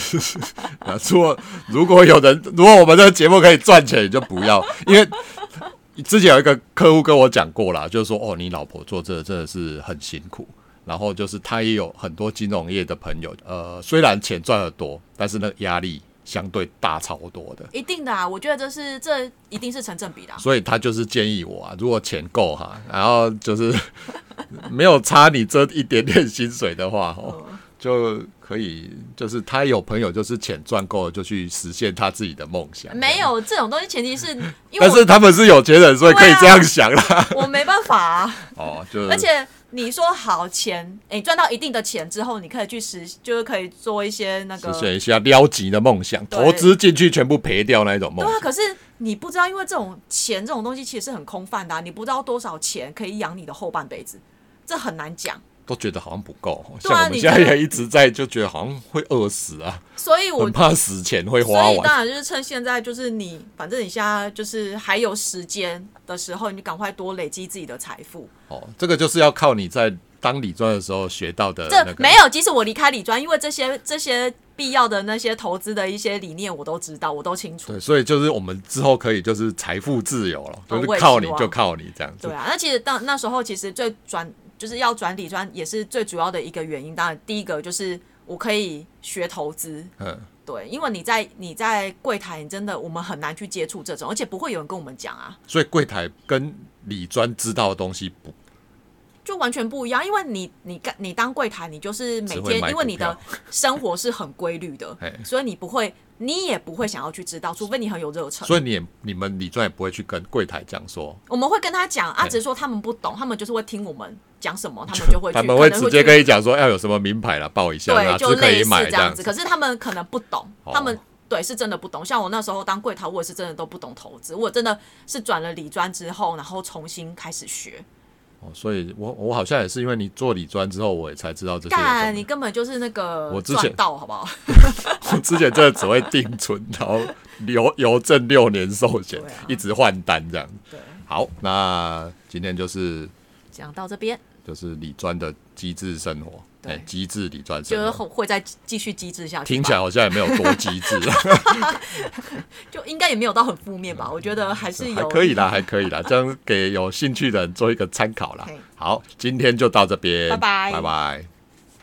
S1: 那如果如果有人，如果我们这个节目可以赚钱，你就不要，因为之前有一个客户跟我讲过啦，就是说哦，你老婆做这个真的是很辛苦。然后就是他也有很多金融业的朋友，呃，虽然钱赚得多，但是那个压力相对大超多的，
S2: 一定的啊，我觉得这是这一定是成正比的、啊。
S1: 所以他就是建议我啊，如果钱够哈，然后就是 没有差你这一点点薪水的话，哦，
S2: 嗯
S1: 就可以，就是他有朋友就是钱赚够了就去实现他自己的梦想，
S2: 没有这种东西，前 提是因为
S1: 但
S2: 我
S1: 是他们是有钱人，所以可以
S2: 对啊
S1: 这样想啦。
S2: 我没办法、啊。
S1: 哦，就是
S2: 而且你说好钱，你赚到一定的钱之后，你可以去实，就是可以做一些那个
S1: 实。现一下撩级的梦想，
S2: 对
S1: 投资进去全部赔掉那一种梦
S2: 对啊，
S1: 想。
S2: 可是你不知道，因为这种钱这种东西其实是很空泛的、啊，你不知道多少钱可以养你的后半辈子，这很难讲，
S1: 都觉得好像不够，哦
S2: 对啊
S1: 像我们
S2: 你
S1: 现在
S2: 真的
S1: 也一直在就觉得好像会饿死啊，
S2: 所以我
S1: 很怕死前会花
S2: 所以当
S1: 完。
S2: 然就是趁现在，就是你反正你现在就是还有时间的时候，你就赶快多累积自己的财富。
S1: 哦，这个就是要靠你在当理专的时候学到的呃那
S2: 这
S1: 个。
S2: 没有，即使我离开理专，因为这些这些必要的那些投资的一些理念，我都知道，我都清楚。
S1: 对，所以就是我们之后可以就是财富自由了，就
S2: 哦我
S1: 是
S2: 也
S1: 靠
S2: 希
S1: 你
S2: 望
S1: 就靠你这样子
S2: 对。啊，那其实当那时候其实最转就是要转理专，也是最主要的一个原因。当然，第一个就是我可以学投资，
S1: 嗯，
S2: 对，因为你在你在柜台，你真的我们很难去接触这种，而且不会有人跟我们讲啊，
S1: 所以柜台跟理专知道的东西不
S2: 嗯就完全不一样。因为你你干你当柜台，你就是每
S1: 只会
S2: 天
S1: 买，
S2: 因为你
S1: 股
S2: 的
S1: 票
S2: 生活是很规律的
S1: 嘿，
S2: 所以你不会，你也不会想要去知道，除非你很有热忱。
S1: 所以你也你们理专也不会去跟柜台讲说，
S2: 我们会跟他讲啊，
S1: 对
S2: 只是说他们不懂，他们就是会听我们讲什么，他们就会去，
S1: 他们
S2: 可
S1: 会
S2: 能
S1: 直接
S2: 去
S1: 跟你讲说哎要有什么名牌啦，报一下
S2: 对，
S1: 哪
S2: 就
S1: 只啊可
S2: 类
S1: 以
S2: 似
S1: 买
S2: 这样
S1: 子
S2: 子。。可是他们可能不懂，
S1: 哦
S2: 他们对是真的不懂。像我那时候当柜台，我也是真的都不懂投资，我真的是转了理专之后，然后重新开始学。
S1: 哦，所以我我好像也是因为你做理专之后，我也才知道这些有什
S2: 干，
S1: 么。
S2: 你根本就是那个
S1: 我之前
S2: 赚到，好不好？
S1: 我之前真的只会定存，然后邮邮政六年寿险
S2: 对啊，
S1: 一直换单这样。
S2: 对，
S1: 好，那今天就是
S2: 讲到这边
S1: 就是理专的机智生活，
S2: 对
S1: 哎，机智理专生
S2: 就是
S1: 活，
S2: 会再继续机制下去吧，
S1: 听起来好像也没有多机智，
S2: 就应该也没有到很负面吧？我觉得还 是
S1: 嗯还
S2: 有
S1: 可以啦，还可以啦，这样给有兴趣的人做一个参考啦
S2: 嘿。
S1: 好，今天就到这边，
S2: 拜拜
S1: 拜拜。